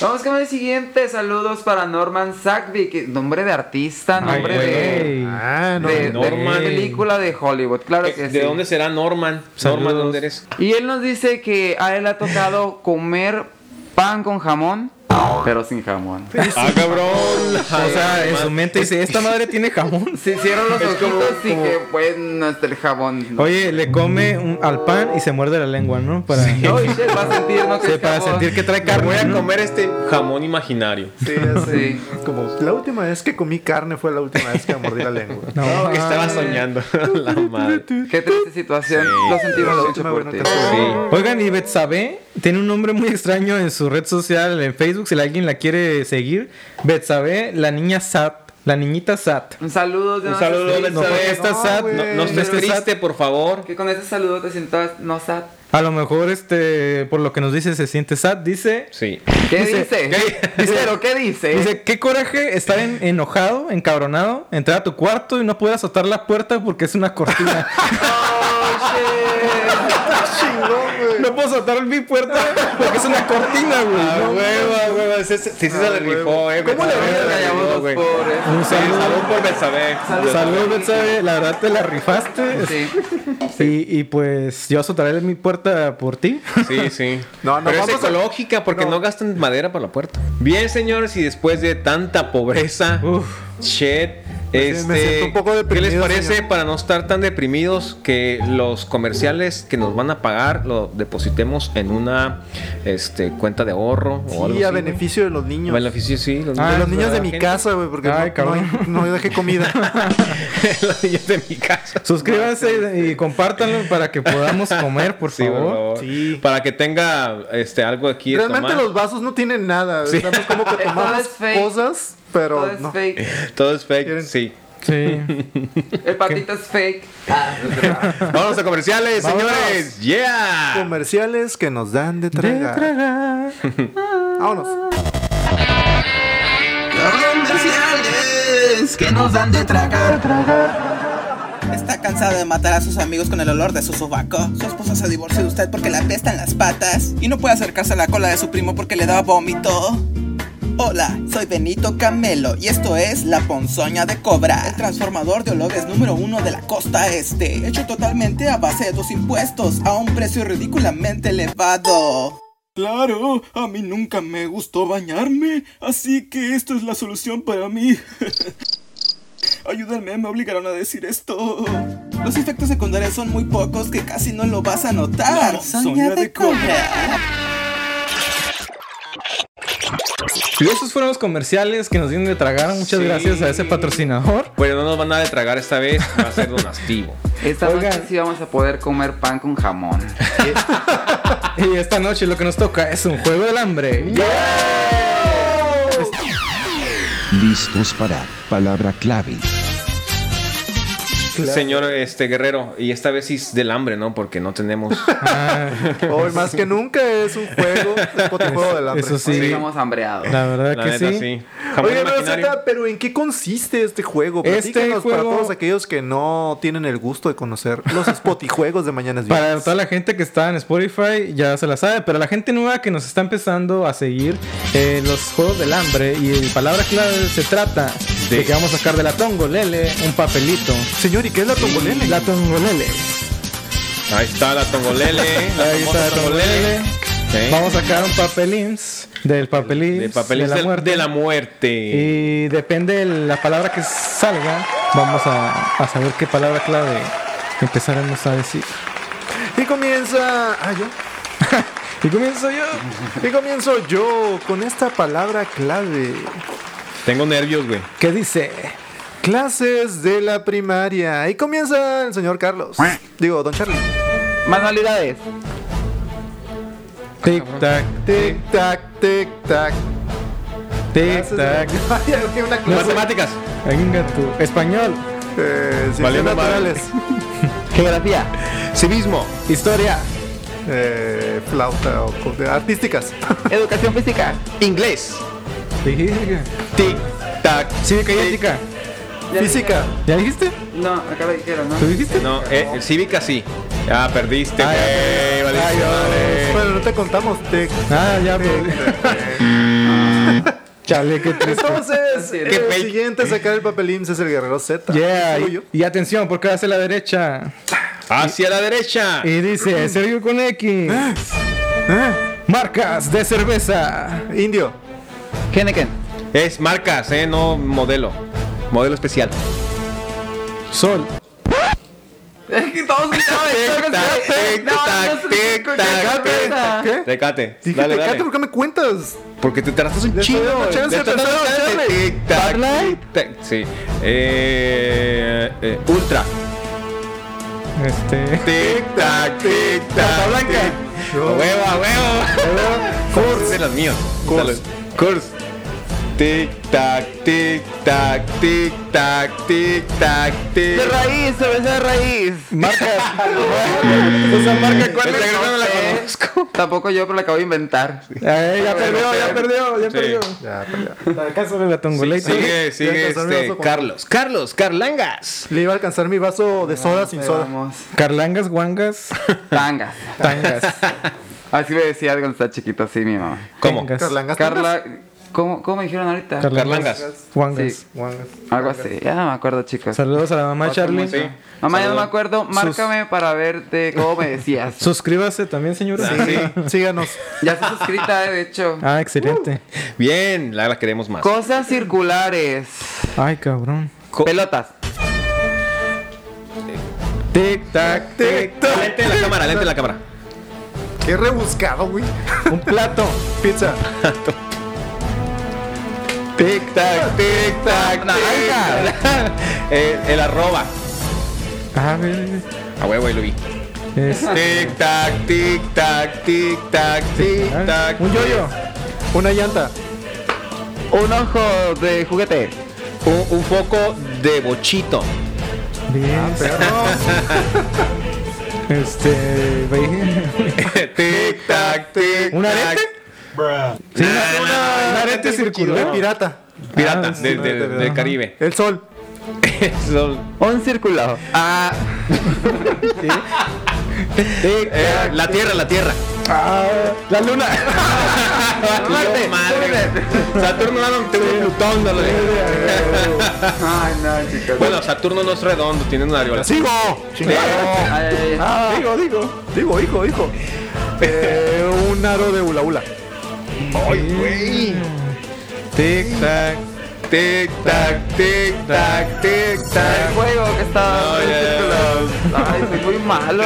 [SPEAKER 2] Vamos con el siguiente. Saludos para Norman Sackby, que nombre de artista,
[SPEAKER 4] Ay,
[SPEAKER 2] nombre de,
[SPEAKER 4] güey.
[SPEAKER 3] Ah, no.
[SPEAKER 2] de- de
[SPEAKER 5] Norman.
[SPEAKER 2] película de Hollywood. Claro
[SPEAKER 5] Eh,
[SPEAKER 2] que sí.
[SPEAKER 5] ¿De dónde será Norman? Norman,
[SPEAKER 4] Saludos.
[SPEAKER 5] ¿dónde eres?
[SPEAKER 2] Y él nos dice que a él ha tocado comer pan con jamón, pero sin jamón.
[SPEAKER 5] Ah, cabrón.
[SPEAKER 4] O sea, en su mente dice, esta madre tiene jamón.
[SPEAKER 2] Se hicieron los ojitos y que pues no está el jamón.
[SPEAKER 4] Oye, le come un- al pan y se muerde la lengua, ¿no? Para,
[SPEAKER 2] No, y se va a sentir, ¿no? Que
[SPEAKER 4] Sí,
[SPEAKER 2] es
[SPEAKER 4] para
[SPEAKER 2] jamón.
[SPEAKER 4] sentir que trae
[SPEAKER 5] Me
[SPEAKER 4] carne.
[SPEAKER 5] voy a
[SPEAKER 4] ¿no?
[SPEAKER 5] comer este jamón imaginario.
[SPEAKER 3] Sí, ya sé.
[SPEAKER 2] Sí.
[SPEAKER 3] Como la última vez que comí carne fue la última vez que mordí la lengua.
[SPEAKER 4] No,
[SPEAKER 5] Que estaba
[SPEAKER 4] mames.
[SPEAKER 5] soñando. La madre.
[SPEAKER 2] Qué triste situación.
[SPEAKER 5] Sí.
[SPEAKER 2] Lo sentimos
[SPEAKER 3] Sí,
[SPEAKER 2] mucho
[SPEAKER 3] me
[SPEAKER 2] por
[SPEAKER 3] voy a
[SPEAKER 2] ti.
[SPEAKER 3] notar.
[SPEAKER 5] Sí.
[SPEAKER 4] Ah. Oigan, y Betsabe tiene un nombre muy extraño en su red social, en Facebook, si alguien la quiere seguir. Betsabe, la niña Sat, la niñita Sat.
[SPEAKER 2] Un saludo. de
[SPEAKER 5] Un
[SPEAKER 2] no
[SPEAKER 5] saludo,
[SPEAKER 2] sé si-
[SPEAKER 5] Betsabe.
[SPEAKER 4] No, porque está
[SPEAKER 3] No,
[SPEAKER 4] Sat.
[SPEAKER 3] güey.
[SPEAKER 5] No, no estés
[SPEAKER 4] Pero-
[SPEAKER 5] triste, por favor.
[SPEAKER 2] Que con ese saludo te sientas no sad.
[SPEAKER 4] A lo mejor, este, por lo que nos dice, se siente Sat. Dice,
[SPEAKER 5] Sí.
[SPEAKER 2] ¿Qué
[SPEAKER 4] Dice-
[SPEAKER 2] dice?
[SPEAKER 4] ¿Qué? Dice-
[SPEAKER 2] ¿Pero qué dice?
[SPEAKER 4] Dice, qué coraje estar en- enojado, encabronado, entrar a tu cuarto y no poder azotar la puerta porque es una cortina.
[SPEAKER 2] Ah,
[SPEAKER 4] no puedo azotar mi puerta porque es una cortina, güey.
[SPEAKER 5] Ah,
[SPEAKER 4] No,
[SPEAKER 5] hueva, hueva. Sí, sí, sí, se le rifó, eh.
[SPEAKER 2] ¿Cómo le
[SPEAKER 5] Betsabe,
[SPEAKER 2] voy
[SPEAKER 5] se
[SPEAKER 2] a
[SPEAKER 5] le
[SPEAKER 2] llamar
[SPEAKER 5] rifó,
[SPEAKER 2] los
[SPEAKER 5] güey.
[SPEAKER 2] pobres?
[SPEAKER 4] Un
[SPEAKER 5] eh, Sí,
[SPEAKER 4] saludo.
[SPEAKER 5] salud por Betsabe.
[SPEAKER 4] Salud, Betsabe. La verdad te la rifaste.
[SPEAKER 2] Sí.
[SPEAKER 4] Y, y pues yo azotaré mi puerta por ti.
[SPEAKER 5] Sí, sí.
[SPEAKER 3] No, no,
[SPEAKER 5] Pero es
[SPEAKER 3] vamos a-
[SPEAKER 5] ecológica porque no.
[SPEAKER 3] no.
[SPEAKER 5] gastan madera para la puerta. Bien, señores, y después de tanta pobreza,
[SPEAKER 4] Uf.
[SPEAKER 5] shit, este,
[SPEAKER 3] Me siento- me siento un poco
[SPEAKER 5] ¿Qué les
[SPEAKER 3] deprimido,
[SPEAKER 5] parece
[SPEAKER 3] señor.
[SPEAKER 5] para no estar tan deprimidos que los comerciales que nos van a pagar lo depositemos en una este, cuenta de ahorro o algo
[SPEAKER 3] Sí, a
[SPEAKER 5] así, güey?
[SPEAKER 3] beneficio de los
[SPEAKER 5] A
[SPEAKER 3] niños.
[SPEAKER 5] beneficio, sí. Los,
[SPEAKER 4] Ah,
[SPEAKER 3] de los
[SPEAKER 4] es
[SPEAKER 3] niños de
[SPEAKER 4] verdad,
[SPEAKER 3] mi
[SPEAKER 4] gente.
[SPEAKER 3] casa, güey, porque
[SPEAKER 4] Ay,
[SPEAKER 3] no, no, hay-
[SPEAKER 4] cabrón.
[SPEAKER 3] no dejé comida.
[SPEAKER 5] los niños de mi casa.
[SPEAKER 4] Suscríbanse y compártanlo para que podamos comer, por
[SPEAKER 5] Sí, por
[SPEAKER 4] favor.
[SPEAKER 5] favor.
[SPEAKER 3] Sí.
[SPEAKER 5] Para que tenga este, algo aquí. de
[SPEAKER 3] Realmente
[SPEAKER 5] tomar.
[SPEAKER 3] los vasos no tienen nada.
[SPEAKER 5] Sí.
[SPEAKER 3] Estamos como que
[SPEAKER 2] Todo
[SPEAKER 3] tomamos
[SPEAKER 2] es fake.
[SPEAKER 3] cosas, pero
[SPEAKER 2] Todo es
[SPEAKER 3] no.
[SPEAKER 2] fake.
[SPEAKER 5] Todo es fake,
[SPEAKER 3] ¿Quieren?
[SPEAKER 5] sí.
[SPEAKER 4] Sí.
[SPEAKER 2] El patito es fake. Ah, no es verdad.
[SPEAKER 5] Vámonos a comerciales,
[SPEAKER 3] Vámonos.
[SPEAKER 5] señores. Yeah.
[SPEAKER 3] Comerciales que nos dan de tragar. Vámonos.
[SPEAKER 6] Comerciales que nos dan de tragar. Está cansado de matar a sus amigos con el olor de su sobaco. Su esposa se divorció de usted porque le apestan las patas. Y no puede acercarse a la cola de su primo porque le da vómito. Hola, soy Benito Camelo y esto es La Ponzoña de Cobra, el transformador de olores número uno de la costa este, hecho totalmente a base de tus impuestos a un precio ridículamente elevado. Claro, a mí nunca me gustó bañarme, así que esto es la solución para mí. Ayúdenme, me obligaron a decir esto. Los efectos secundarios son muy pocos que casi no lo vas a notar. Soña de cobra.
[SPEAKER 4] Y esos fueron los comerciales que nos dieron de tragar. Muchas
[SPEAKER 5] Sí.
[SPEAKER 4] gracias a ese patrocinador.
[SPEAKER 5] Bueno, Pues no nos van a de tragar esta vez, va a ser donativo.
[SPEAKER 2] Esta
[SPEAKER 4] Oigan.
[SPEAKER 2] noche sí vamos a poder comer pan con jamón.
[SPEAKER 4] Y esta noche lo que nos toca es un juego del hambre.
[SPEAKER 1] Listos para palabra clave.
[SPEAKER 5] Señor este guerrero, y esta vez sí es del hambre, ¿no? Porque no tenemos.
[SPEAKER 4] Ah,
[SPEAKER 3] Hoy más que nunca es un juego, es otro juego del hambre.
[SPEAKER 4] Eso sí,
[SPEAKER 2] Sí. Estamos hambreados.
[SPEAKER 4] la verdad
[SPEAKER 5] La
[SPEAKER 4] que
[SPEAKER 5] neta,
[SPEAKER 4] sí.
[SPEAKER 5] sí. Jamón
[SPEAKER 3] Oye, pero,
[SPEAKER 5] imaginario.
[SPEAKER 3] Zeta, pero ¿en qué consiste este juego?
[SPEAKER 4] Este
[SPEAKER 3] Platícanos para
[SPEAKER 4] juego-
[SPEAKER 3] todos aquellos que no tienen el gusto de conocer los Spotijuegos de Mañanas Viernes.
[SPEAKER 4] Para toda la gente que está en Spotify ya se la sabe, pero la gente nueva que nos está empezando a seguir eh, los juegos del hambre y el palabra clave se trata de que vamos a sacar de la tongolele un papelito.
[SPEAKER 3] Señor, ¿y qué es la tongolele?
[SPEAKER 4] La tongolele.
[SPEAKER 5] Ahí está la tongolele. la
[SPEAKER 4] Ahí
[SPEAKER 5] famosa
[SPEAKER 4] está la tongolele.
[SPEAKER 5] Sí.
[SPEAKER 4] Vamos a sacar un papelins del papelins
[SPEAKER 5] De papeles del- de la muerte.
[SPEAKER 4] Y depende de la palabra que salga, vamos a, a saber qué palabra clave empezaremos a decir.
[SPEAKER 3] Y comienza... Ah, yo.
[SPEAKER 4] Y comienzo yo.
[SPEAKER 3] Y comienzo yo con esta palabra clave.
[SPEAKER 5] Tengo nervios, güey.
[SPEAKER 4] ¿Qué dice?
[SPEAKER 3] Clases de la primaria. Y comienza el señor Carlos. Digo, don Charlie.
[SPEAKER 2] Manualidades.
[SPEAKER 4] Tic tac,
[SPEAKER 3] Tic, tac, tic, tac.
[SPEAKER 4] tic
[SPEAKER 3] Clases de la
[SPEAKER 4] tac.
[SPEAKER 3] primaria, güey, una clase.
[SPEAKER 5] Matemáticas.
[SPEAKER 4] Venga tú. Español,
[SPEAKER 3] Eh, ciencias
[SPEAKER 5] Valiendo madre.
[SPEAKER 3] naturales.
[SPEAKER 4] geografía,
[SPEAKER 5] Civismo.
[SPEAKER 4] historia,
[SPEAKER 3] Eh, flauta o co- artísticas.
[SPEAKER 2] Educación física.
[SPEAKER 5] Inglés.
[SPEAKER 4] física.
[SPEAKER 5] Tic, tac.
[SPEAKER 4] Cívica y
[SPEAKER 5] tic.
[SPEAKER 4] ética.
[SPEAKER 3] Física.
[SPEAKER 4] ¿Ya dijiste?
[SPEAKER 2] No, acá lo dijeron, ¿no?
[SPEAKER 4] ¿Tú dijiste?
[SPEAKER 5] No, eh, cívica sí. Ah, perdiste,
[SPEAKER 4] Ay,
[SPEAKER 5] güey. valiste madre.
[SPEAKER 3] Bueno, no te contamos. Tic,
[SPEAKER 4] Ah, ya,
[SPEAKER 3] tic,
[SPEAKER 4] pero-
[SPEAKER 3] tac.
[SPEAKER 4] Chale, qué triste.
[SPEAKER 3] Entonces,
[SPEAKER 2] Qué
[SPEAKER 3] el
[SPEAKER 5] fake.
[SPEAKER 3] siguiente a sacar el papelín es el guerrero Z.
[SPEAKER 4] Yeah,
[SPEAKER 3] Sigo yo.
[SPEAKER 4] y, y atención, porque hacia la derecha.
[SPEAKER 5] Hacia la derecha.
[SPEAKER 3] Eh.
[SPEAKER 4] Y dice, Sergio con X.
[SPEAKER 3] Ah,
[SPEAKER 4] Marcas de cerveza.
[SPEAKER 3] Indio.
[SPEAKER 2] Henneken.
[SPEAKER 5] Es marcas, eh, no modelo. Modelo especial.
[SPEAKER 4] Sol.
[SPEAKER 2] Es que todos gritaban.
[SPEAKER 5] Tic, tac, tic,
[SPEAKER 2] No, no
[SPEAKER 5] tac,
[SPEAKER 2] se
[SPEAKER 5] tic,
[SPEAKER 2] escucha.
[SPEAKER 5] tac, tic, tac.
[SPEAKER 3] ¿Qué?
[SPEAKER 5] Tecate.
[SPEAKER 3] Dije,
[SPEAKER 5] Dale,
[SPEAKER 3] te
[SPEAKER 5] dale.
[SPEAKER 3] cate, ¿por qué me cuentas?
[SPEAKER 5] Porque te tardaste un
[SPEAKER 3] Le estoy
[SPEAKER 5] chingo.
[SPEAKER 3] dando
[SPEAKER 5] güey.
[SPEAKER 3] chance
[SPEAKER 5] Le
[SPEAKER 3] de
[SPEAKER 5] estoy dando
[SPEAKER 3] pensar,
[SPEAKER 5] chance.
[SPEAKER 3] Charlie.
[SPEAKER 5] Tic, tac,
[SPEAKER 4] Parlay.
[SPEAKER 5] tic, tac. Sí. Eh, eh, ultra.
[SPEAKER 4] Este.
[SPEAKER 5] Tic tac, tic tac.
[SPEAKER 4] Carta blanca.
[SPEAKER 5] tic. A huevo, a huevo. Curse de los míos. Curse. Curse. Tic tac, tic tac, tic tac, tic tac, tic.
[SPEAKER 2] De raíz, cerveza de raíz.
[SPEAKER 4] Marcas.
[SPEAKER 5] Esa marca cuál
[SPEAKER 2] Esa
[SPEAKER 5] es?
[SPEAKER 2] no
[SPEAKER 5] no la
[SPEAKER 2] sé.
[SPEAKER 5] conozco.
[SPEAKER 2] Tampoco yo, pero la acabo de inventar.
[SPEAKER 4] Eh, ya perdió, ya perdió, ya
[SPEAKER 5] Sí.
[SPEAKER 4] perdió.
[SPEAKER 3] Ya,
[SPEAKER 4] Acaso de la tongoleta.
[SPEAKER 5] Sigue, sigue
[SPEAKER 3] alcanzaron el
[SPEAKER 5] este
[SPEAKER 3] oso con-
[SPEAKER 5] Carlos. Carlos, Carlangas.
[SPEAKER 3] Le iba a alcanzar mi vaso de soda sin soda.
[SPEAKER 2] Vamos.
[SPEAKER 4] Carlangas, guangas,
[SPEAKER 2] Tangas.
[SPEAKER 4] tangas.
[SPEAKER 2] Así me Ah, decía cuando estaba chiquito, así mi mamá.
[SPEAKER 5] ¿Cómo?
[SPEAKER 4] Tengas.
[SPEAKER 3] Carlangas.
[SPEAKER 2] Carla, ¿cómo, cómo me dijeron ahorita?
[SPEAKER 5] Carlangas.
[SPEAKER 4] Guangas.
[SPEAKER 2] Sí,
[SPEAKER 3] Guangas.
[SPEAKER 2] algo así. Ya no me acuerdo, chicos.
[SPEAKER 4] Saludos a la mamá de Charlie.
[SPEAKER 5] Sí.
[SPEAKER 2] Mamá, ya no
[SPEAKER 5] Saludos.
[SPEAKER 2] me acuerdo. Márcame para verte cómo me decías.
[SPEAKER 4] Suscríbase también, señora.
[SPEAKER 5] Ah, sí.
[SPEAKER 3] Síganos.
[SPEAKER 2] Ya está suscrita, eh, de hecho.
[SPEAKER 4] Ah, excelente.
[SPEAKER 5] Bien, la, la queremos más.
[SPEAKER 2] Cosas circulares.
[SPEAKER 4] Ay, cabrón.
[SPEAKER 2] Pelotas.
[SPEAKER 4] Tic tac, tic tac.
[SPEAKER 5] Lente de la cámara, lente de la cámara.
[SPEAKER 3] Qué rebuscado, güey.
[SPEAKER 4] Un plato.
[SPEAKER 3] Pizza.
[SPEAKER 4] Tic tac, tic tac. Naranja.
[SPEAKER 5] Eh, el arroba.
[SPEAKER 4] Ah, güey.
[SPEAKER 5] A huevo, ahí lo vi.
[SPEAKER 4] Es-
[SPEAKER 5] Tic tac, tic tac, tic tac, tic tac.
[SPEAKER 4] Un yoyo.
[SPEAKER 3] Una llanta.
[SPEAKER 2] Un ojo de juguete.
[SPEAKER 5] Un, un foco de bochito.
[SPEAKER 4] Bien.
[SPEAKER 3] Perro.
[SPEAKER 4] Este. güey.
[SPEAKER 5] tic tac, tic.
[SPEAKER 4] ¿Un arete? Sí, una- una- un arete
[SPEAKER 3] Una
[SPEAKER 4] circular.
[SPEAKER 3] pirata.
[SPEAKER 5] Pirata
[SPEAKER 4] Ah, sí,
[SPEAKER 5] de-
[SPEAKER 4] no,
[SPEAKER 5] de-
[SPEAKER 4] de-
[SPEAKER 5] del
[SPEAKER 4] ajá.
[SPEAKER 5] Caribe.
[SPEAKER 3] El sol.
[SPEAKER 5] Son-
[SPEAKER 2] Un círculo.
[SPEAKER 5] Ah.
[SPEAKER 4] Tic
[SPEAKER 5] Eh, la tierra, la tierra.
[SPEAKER 4] La luna.
[SPEAKER 5] Marte, Saturno no, no, tengo un Plutón, no lo digo.
[SPEAKER 2] Ay, no, chicos.
[SPEAKER 5] Bueno, Saturno no es redondo, tiene una areola.
[SPEAKER 3] Sigo. Chingado.
[SPEAKER 2] Ay,
[SPEAKER 3] Ah, digo, digo. Digo, hijo, hijo. Eh, un aro de hula hula.
[SPEAKER 5] Ay, güey.
[SPEAKER 4] Tic tac.
[SPEAKER 5] Tic tac, tic tac, tic
[SPEAKER 2] el
[SPEAKER 5] tac.
[SPEAKER 2] juego que está.
[SPEAKER 5] No, ya, ya,
[SPEAKER 2] Ay, soy muy malo.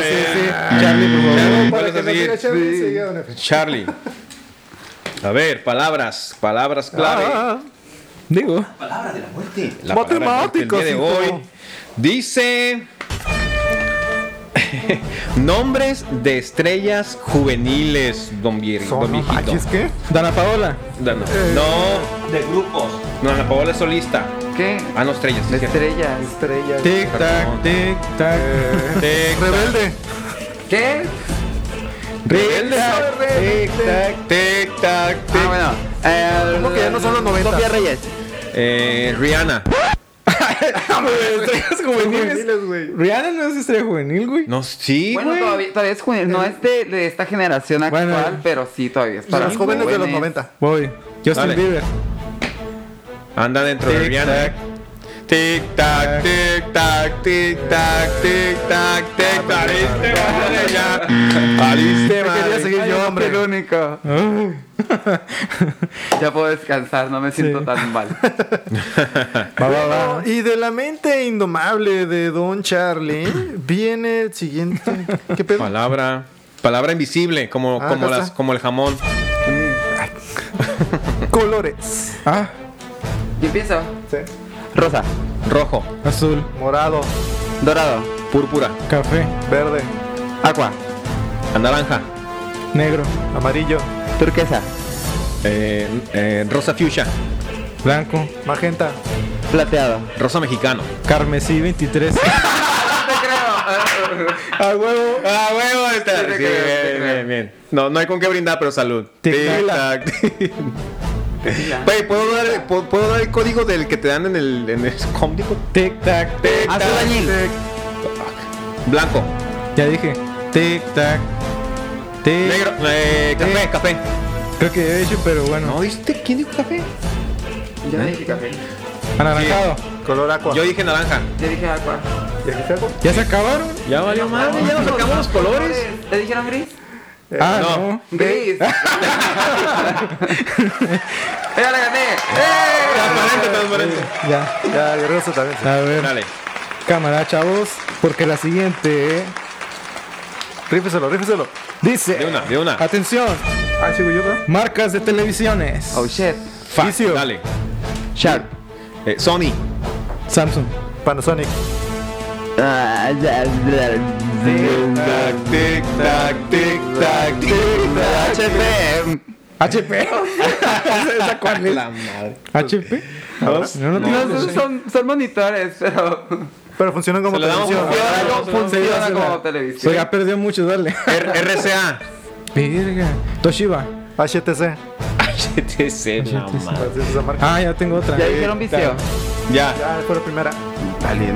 [SPEAKER 5] Sí, sí.
[SPEAKER 4] Charlie, por
[SPEAKER 3] Para
[SPEAKER 5] Eh, Charlie, vuelves
[SPEAKER 4] favor.
[SPEAKER 3] que
[SPEAKER 5] a
[SPEAKER 3] no tire
[SPEAKER 5] seguir.
[SPEAKER 3] Chevy, sigue, don F.
[SPEAKER 5] Charlie. A ver, palabras, palabras clave.
[SPEAKER 3] Ah,
[SPEAKER 4] Digo.
[SPEAKER 5] La palabra
[SPEAKER 3] Matemáticos,
[SPEAKER 5] del día de
[SPEAKER 3] hijo.
[SPEAKER 5] hoy dice nombres de estrellas juveniles, don, Vier,
[SPEAKER 3] son
[SPEAKER 5] don
[SPEAKER 3] no
[SPEAKER 5] viejito.
[SPEAKER 3] manches, Eh, ¿qué?
[SPEAKER 4] Dana Paola.
[SPEAKER 5] No, no, de grupos. No, Ana Paola es solista.
[SPEAKER 2] ¿Qué?
[SPEAKER 5] Ah, no, estrellas. sí, cierto.
[SPEAKER 2] Estrella, estrella.
[SPEAKER 4] Tic tac, tic tac.
[SPEAKER 5] Tic,
[SPEAKER 3] Rebelde.
[SPEAKER 2] ¿Qué?
[SPEAKER 5] rebelde.
[SPEAKER 3] Ah, Rebelde.
[SPEAKER 5] Tic tac, tic tac, tic.
[SPEAKER 2] Ah, bueno. Eh,
[SPEAKER 3] ¿Cómo que ya no son los 90?
[SPEAKER 2] Sofía Reyes.
[SPEAKER 5] Eh, Rihanna.
[SPEAKER 4] Estrellas juveniles.
[SPEAKER 3] güey.
[SPEAKER 4] Rihanna no es estrella juvenil, güey.
[SPEAKER 5] No, sí,
[SPEAKER 2] Bueno,
[SPEAKER 5] güey.
[SPEAKER 2] todavía, todavía es juvenil.
[SPEAKER 3] eh,
[SPEAKER 2] No es de, de esta generación actual,
[SPEAKER 4] Bueno.
[SPEAKER 2] pero sí, todavía es para
[SPEAKER 3] los jóvenes de los
[SPEAKER 2] jóvenes.
[SPEAKER 3] 90.
[SPEAKER 4] Voy. Justin
[SPEAKER 5] Dale.
[SPEAKER 4] Bieber.
[SPEAKER 5] Anda dentro de
[SPEAKER 4] Tic,
[SPEAKER 5] Rihanna.
[SPEAKER 4] tac.
[SPEAKER 5] Tic tac, tic tac, tic tac, tic tac, tic tac. Aliste madre ya. Aliste
[SPEAKER 3] Quería
[SPEAKER 5] madre.
[SPEAKER 3] seguir
[SPEAKER 2] Ay,
[SPEAKER 3] yo,
[SPEAKER 2] yo
[SPEAKER 3] hombre.
[SPEAKER 2] el único. Ya puedo descansar, no me siento tan mal.
[SPEAKER 4] Va, va, va.
[SPEAKER 3] Y de la mente indomable de Don Charlie viene el siguiente. ¿Qué pedo?
[SPEAKER 5] Palabra, palabra invisible, como,
[SPEAKER 3] Ah,
[SPEAKER 5] como
[SPEAKER 3] acá
[SPEAKER 5] las,
[SPEAKER 3] está.
[SPEAKER 5] como el jamón.
[SPEAKER 3] Colores.
[SPEAKER 4] Ah,
[SPEAKER 2] ¿Y empiezo?
[SPEAKER 3] Sí.
[SPEAKER 2] Rosa,
[SPEAKER 5] Rojo,
[SPEAKER 4] azul,
[SPEAKER 3] Morado,
[SPEAKER 2] dorado,
[SPEAKER 5] púrpura,
[SPEAKER 4] café,
[SPEAKER 3] verde,
[SPEAKER 2] agua,
[SPEAKER 5] naranja,
[SPEAKER 4] negro,
[SPEAKER 3] amarillo,
[SPEAKER 2] turquesa,
[SPEAKER 5] eh, eh, rosa fuchsia,
[SPEAKER 4] blanco,
[SPEAKER 3] magenta,
[SPEAKER 2] plateado.
[SPEAKER 5] rosa mexicano.
[SPEAKER 4] carmesí 23.
[SPEAKER 2] Te creo.
[SPEAKER 4] A huevo.
[SPEAKER 5] Ah, huevo, está.
[SPEAKER 2] Sí, te creo, te
[SPEAKER 5] Sí, bien,
[SPEAKER 2] creo.
[SPEAKER 5] bien, bien. No, no hay con qué brindar, pero salud.
[SPEAKER 4] Tequila.
[SPEAKER 5] Tic, tac. Güey, ¿puedo dar, puedo, puedo dar el código del que te dan en el, en el código?
[SPEAKER 4] Tic tac,
[SPEAKER 5] Tic,
[SPEAKER 2] Azul
[SPEAKER 5] tac,
[SPEAKER 2] añil.
[SPEAKER 5] tic. Blanco,
[SPEAKER 4] Ya dije. Tic tac. Tic.
[SPEAKER 5] negro, eh, café, café.
[SPEAKER 4] Creo que he hecho, pero bueno.
[SPEAKER 5] ¿viste? ¿Quién dijo café?
[SPEAKER 3] ¿Eh?
[SPEAKER 2] Yo dije café.
[SPEAKER 4] Anaranjado.
[SPEAKER 3] color agua.
[SPEAKER 5] Yo dije naranja.
[SPEAKER 2] Yo dije agua.
[SPEAKER 4] ¿Ya se acabaron?
[SPEAKER 5] Ya valió madre, ya nos sacamos los colores.
[SPEAKER 2] ¿Te dijeron gris?
[SPEAKER 4] Ah,
[SPEAKER 5] no.
[SPEAKER 4] no.
[SPEAKER 2] Gris. ¡Ya la gané! ¡Eh!
[SPEAKER 5] Transparente, transparente.
[SPEAKER 4] Ya.
[SPEAKER 3] Ya, de rosa también. sí.
[SPEAKER 4] A ver.
[SPEAKER 5] Dale.
[SPEAKER 4] Cámara, chavos. Porque la siguiente
[SPEAKER 3] Rífeselo, rífeselo.
[SPEAKER 4] dice.
[SPEAKER 5] De una, de una.
[SPEAKER 4] Atención.
[SPEAKER 3] Ah, sigo yo, ¿verdad?
[SPEAKER 4] Marcas de televisiones.
[SPEAKER 2] Oh shit.
[SPEAKER 5] Fa,
[SPEAKER 3] Vicio.
[SPEAKER 5] Dale.
[SPEAKER 2] Sharp.
[SPEAKER 5] Eh, Sony.
[SPEAKER 4] Samsung.
[SPEAKER 3] Panasonic.
[SPEAKER 2] Ah, ya, ya, ya.
[SPEAKER 5] tic, tac, tic, tac, tic,
[SPEAKER 2] HP.
[SPEAKER 4] HP. ¿Esa cuál es?
[SPEAKER 5] La madre.
[SPEAKER 4] HP. No, no,
[SPEAKER 2] No,
[SPEAKER 4] tiene
[SPEAKER 2] son- son, son monitores, pero.
[SPEAKER 3] Pero funcionan como
[SPEAKER 5] Se lo damos
[SPEAKER 3] televisión.
[SPEAKER 5] un fiel.
[SPEAKER 2] Funciona como- Funciona como
[SPEAKER 4] So,
[SPEAKER 2] televisión.
[SPEAKER 4] ya perdió mucho, dale.
[SPEAKER 5] R- RCA.
[SPEAKER 4] Verga. Toshiba.
[SPEAKER 3] HTC.
[SPEAKER 5] HTC, la madre.
[SPEAKER 3] Así es esa marca.
[SPEAKER 4] Ah, ya tengo otra.
[SPEAKER 2] Ya dijeron vicio.
[SPEAKER 5] Ya.
[SPEAKER 3] Ya, fue la primera.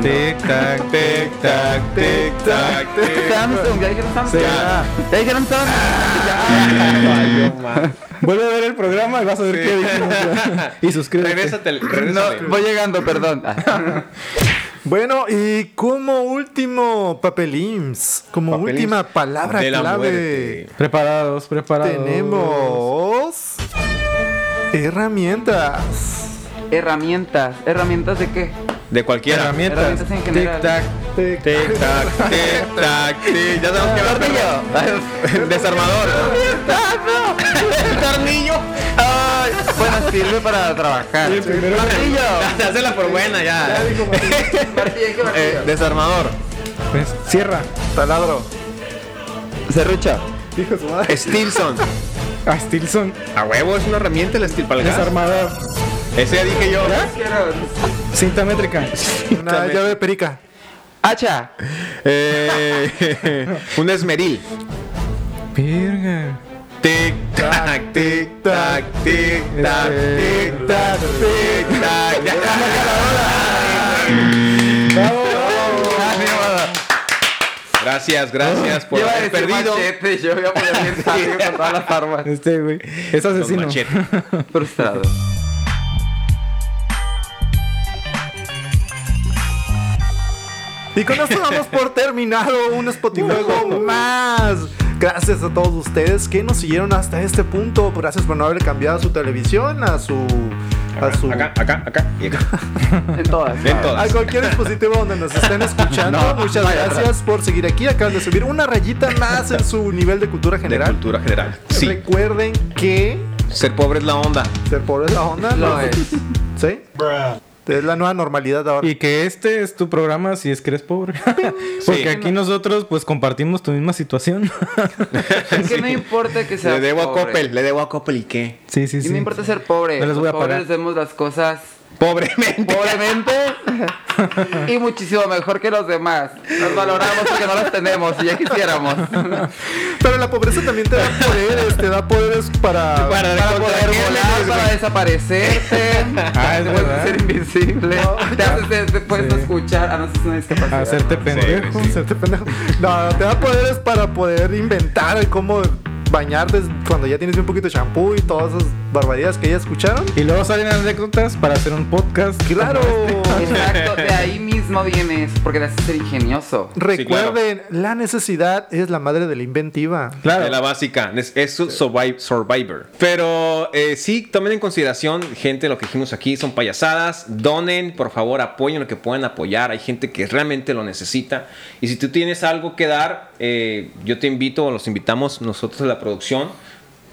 [SPEAKER 5] Tic, tac, tic, tac, tic, tac, tic.
[SPEAKER 2] Este Samsung, ya dijeron Samsung.
[SPEAKER 5] Ya.
[SPEAKER 2] Ya dijeron Samsung.
[SPEAKER 5] Valió madre.
[SPEAKER 4] Vuelve a ver el programa y vas a ver qué dijimos. y suscríbete.
[SPEAKER 5] Regrésate,
[SPEAKER 2] No, voy llegando, perdón.
[SPEAKER 3] Bueno, y como último, papelims. Como
[SPEAKER 5] Papelims
[SPEAKER 3] última palabra
[SPEAKER 5] de la
[SPEAKER 3] clave.
[SPEAKER 5] muerte.
[SPEAKER 4] Preparados, preparados.
[SPEAKER 3] Tenemos herramientas.
[SPEAKER 2] herramientas. ¿Herramientas de qué?
[SPEAKER 5] De cualquier
[SPEAKER 4] Herramientas.
[SPEAKER 2] Herramientas en general.
[SPEAKER 4] Tic-tac.
[SPEAKER 5] Tic tac, tic tac, tic. Ya sabemos que va tornillo. Desarmador.
[SPEAKER 3] tornillo. Ay, bueno, sirve para trabajar.
[SPEAKER 5] Tornillo. Hazla por buena ya.
[SPEAKER 2] Martillo, ¿qué martillo?
[SPEAKER 3] Eh, desarmador.
[SPEAKER 4] Pues, Cierra.
[SPEAKER 3] Taladro.
[SPEAKER 5] Serrucha.
[SPEAKER 4] Hijo de su madre.
[SPEAKER 5] Stilson.
[SPEAKER 4] A Stilson.
[SPEAKER 5] A huevo es una herramienta el steel para el gas.
[SPEAKER 4] Desarmador.
[SPEAKER 5] Ese ya dije yo.
[SPEAKER 2] Quiero-
[SPEAKER 4] Cinta métrica.
[SPEAKER 3] Una llave de perica.
[SPEAKER 2] Hacha.
[SPEAKER 5] Eh, un esmeril.
[SPEAKER 4] Verga.
[SPEAKER 5] Tic tac, tic tac, tic tac, tic tac, tic tac. Ya. Gracias, gracias por
[SPEAKER 2] Lleva
[SPEAKER 5] haber
[SPEAKER 2] el perdido.
[SPEAKER 5] perdido.
[SPEAKER 2] Machete, yo voy a poner bien sabio con todas las armas.
[SPEAKER 4] Este, güey. Es
[SPEAKER 5] Con
[SPEAKER 4] asesino.
[SPEAKER 5] machete.
[SPEAKER 2] Frustrado.
[SPEAKER 3] Y con esto damos por terminado un Spotify más. Gracias a todos ustedes que nos siguieron hasta este punto. Gracias por no haber cambiado su televisión, a su. a su.
[SPEAKER 5] Acá, acá, acá y acá.
[SPEAKER 2] En todas.
[SPEAKER 5] En
[SPEAKER 3] A
[SPEAKER 5] todas.
[SPEAKER 3] cualquier dispositivo donde nos estén escuchando, muchas gracias por seguir aquí. Acaban de subir una rayita más en su nivel de cultura
[SPEAKER 5] De
[SPEAKER 3] general.
[SPEAKER 5] cultura general. Sí.
[SPEAKER 3] Recuerden que
[SPEAKER 5] Ser pobre es la onda.
[SPEAKER 3] ser pobre es la onda.
[SPEAKER 2] Lo
[SPEAKER 3] ¿no?
[SPEAKER 2] es.
[SPEAKER 3] ¿Sí? Es la nueva normalidad ahora.
[SPEAKER 4] Y que este es tu programa si es que eres pobre. Porque
[SPEAKER 5] Sí.
[SPEAKER 4] aquí nosotros pues compartimos tu misma situación.
[SPEAKER 2] Es que no importa que sea
[SPEAKER 5] Le debo a
[SPEAKER 2] pobre.
[SPEAKER 5] Coppel, le debo a Coppel y qué.
[SPEAKER 4] Sí, sí,
[SPEAKER 2] Y
[SPEAKER 4] sí.
[SPEAKER 2] no importa ser pobre.
[SPEAKER 4] No les voy a
[SPEAKER 2] Los pobres
[SPEAKER 4] pagar.
[SPEAKER 2] hacemos las cosas
[SPEAKER 5] Pobremente.
[SPEAKER 2] pobremente y muchísimo mejor que los demás. Nos valoramos porque no las tenemos y ya quisiéramos.
[SPEAKER 3] Pero la pobreza también te da poderes, te da poderes para.
[SPEAKER 5] Para
[SPEAKER 2] Para poder
[SPEAKER 5] contagiarles,
[SPEAKER 2] volar,
[SPEAKER 5] güey.
[SPEAKER 2] para desaparecerte,
[SPEAKER 4] Ah, es
[SPEAKER 2] te puedes
[SPEAKER 4] verdad.
[SPEAKER 2] ser invisible, te haces te, te puedes no
[SPEAKER 4] Sí.
[SPEAKER 2] escuchar, a no ser una discapacidad.
[SPEAKER 4] Hacerte pendejo.
[SPEAKER 5] sí.
[SPEAKER 3] Este pendejo. No, te da poderes para poder inventar el cómo bañarte cuando ya tienes un poquito de champú y todas esas barbaridades que ya escucharon.
[SPEAKER 4] Y luego salen anécdotas para hacer un podcast.
[SPEAKER 3] Claro.
[SPEAKER 2] Este, Exacto, de ahí mismo vienes, porque te haces ser ingenioso.
[SPEAKER 3] Recuerden, la necesidad es la madre de la inventiva.
[SPEAKER 4] Claro.
[SPEAKER 5] De la básica. Es, es su survive- Survivor. Pero eh, sí, tomen en consideración, gente, lo que dijimos aquí son payasadas. Donen, por favor, apoyen lo que puedan apoyar. Hay gente que realmente lo necesita. Y si tú tienes algo que dar, eh, yo te invito, o los invitamos nosotros de la producción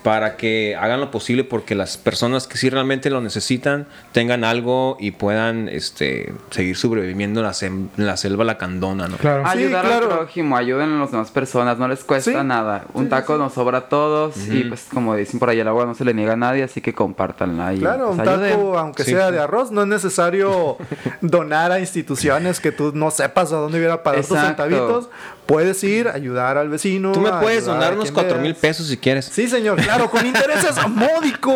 [SPEAKER 5] para que hagan lo posible porque las personas que sí realmente lo necesitan tengan algo y puedan este, seguir sobreviviendo en la, sem- en la selva lacandona, ¿no?
[SPEAKER 4] Claro. Ah,
[SPEAKER 3] Sí,
[SPEAKER 2] Ayudar
[SPEAKER 3] claro.
[SPEAKER 2] al prójimo, ayuden a las demás personas, no les cuesta
[SPEAKER 3] Sí.
[SPEAKER 2] nada. Un taco nos sobra a todos y pues como dicen por ahí el agua no se le niega a nadie, así que compártanla y
[SPEAKER 3] Claro,
[SPEAKER 2] pues,
[SPEAKER 3] un
[SPEAKER 2] ayuden.
[SPEAKER 3] taco, aunque
[SPEAKER 5] Sí,
[SPEAKER 3] sea
[SPEAKER 5] sí.
[SPEAKER 3] de arroz, no es necesario donar a instituciones que tú no sepas a dónde hubiera para tus
[SPEAKER 2] Exacto.
[SPEAKER 3] centavitos. Puedes ir, ayudar al vecino.
[SPEAKER 5] Tú me
[SPEAKER 3] a
[SPEAKER 5] puedes
[SPEAKER 3] ayudar a
[SPEAKER 5] donar
[SPEAKER 3] quien
[SPEAKER 5] unos 4
[SPEAKER 3] veas.
[SPEAKER 5] mil pesos si quieres.
[SPEAKER 3] Sí, señor, claro, con intereses módicos.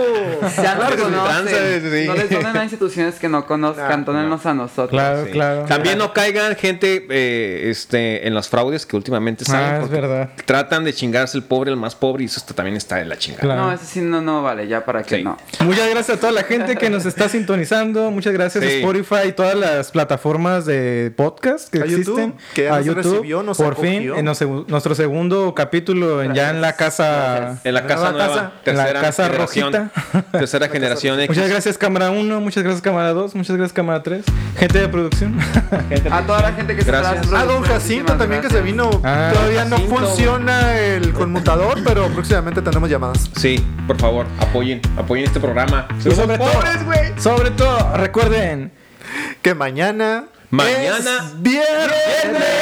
[SPEAKER 2] Ya nos
[SPEAKER 5] Claro que sí,
[SPEAKER 2] conocen.
[SPEAKER 5] tranza, sí.
[SPEAKER 2] No les donen a instituciones que no conozcan, dónennos a nosotros.
[SPEAKER 4] Claro,
[SPEAKER 5] Sí.
[SPEAKER 4] claro.
[SPEAKER 5] También no caigan gente eh, este, en los fraudes que últimamente salen.
[SPEAKER 4] Ah, es
[SPEAKER 5] porque
[SPEAKER 4] verdad.
[SPEAKER 5] Tratan de chingarse el pobre, el más pobre, y eso está- también está de la chingada.
[SPEAKER 4] Claro.
[SPEAKER 2] No, eso sí no, no vale, ya para que
[SPEAKER 5] Sí.
[SPEAKER 2] no.
[SPEAKER 4] Muchas gracias a toda la gente que nos está sintonizando. Muchas gracias
[SPEAKER 5] Sí.
[SPEAKER 4] a Spotify y todas las plataformas de podcast que
[SPEAKER 3] A YouTube,
[SPEAKER 4] existen.
[SPEAKER 3] que ya nos recibió, nos
[SPEAKER 4] por
[SPEAKER 3] acogió.
[SPEAKER 4] fin, en nos- nuestro segundo capítulo, en- ya en la casa.
[SPEAKER 5] En la
[SPEAKER 3] La
[SPEAKER 5] casa
[SPEAKER 3] nueva
[SPEAKER 5] nueva,
[SPEAKER 3] casa.
[SPEAKER 5] tercera
[SPEAKER 4] En la casa
[SPEAKER 5] generación.
[SPEAKER 4] rojita.
[SPEAKER 5] Tercera generación X.
[SPEAKER 4] Muchas gracias cámara 1, muchas gracias cámara 2, muchas gracias cámara 3, gente de producción.
[SPEAKER 2] A toda la gente que se
[SPEAKER 5] Gracias.
[SPEAKER 2] atrás,
[SPEAKER 3] A Ah, don Jacinto
[SPEAKER 2] muchísimas
[SPEAKER 3] también que se
[SPEAKER 2] gracias.
[SPEAKER 3] vino.
[SPEAKER 4] Ah,
[SPEAKER 3] Todavía no
[SPEAKER 5] Jacinto.
[SPEAKER 3] funciona el conmutador, pero próximamente tendremos llamadas.
[SPEAKER 5] Sí, por favor, apoyen, apoyen este programa.
[SPEAKER 4] Y sobre todo, sobre todo, recuerden,
[SPEAKER 3] Que mañana.
[SPEAKER 5] Mañana
[SPEAKER 3] es viernes.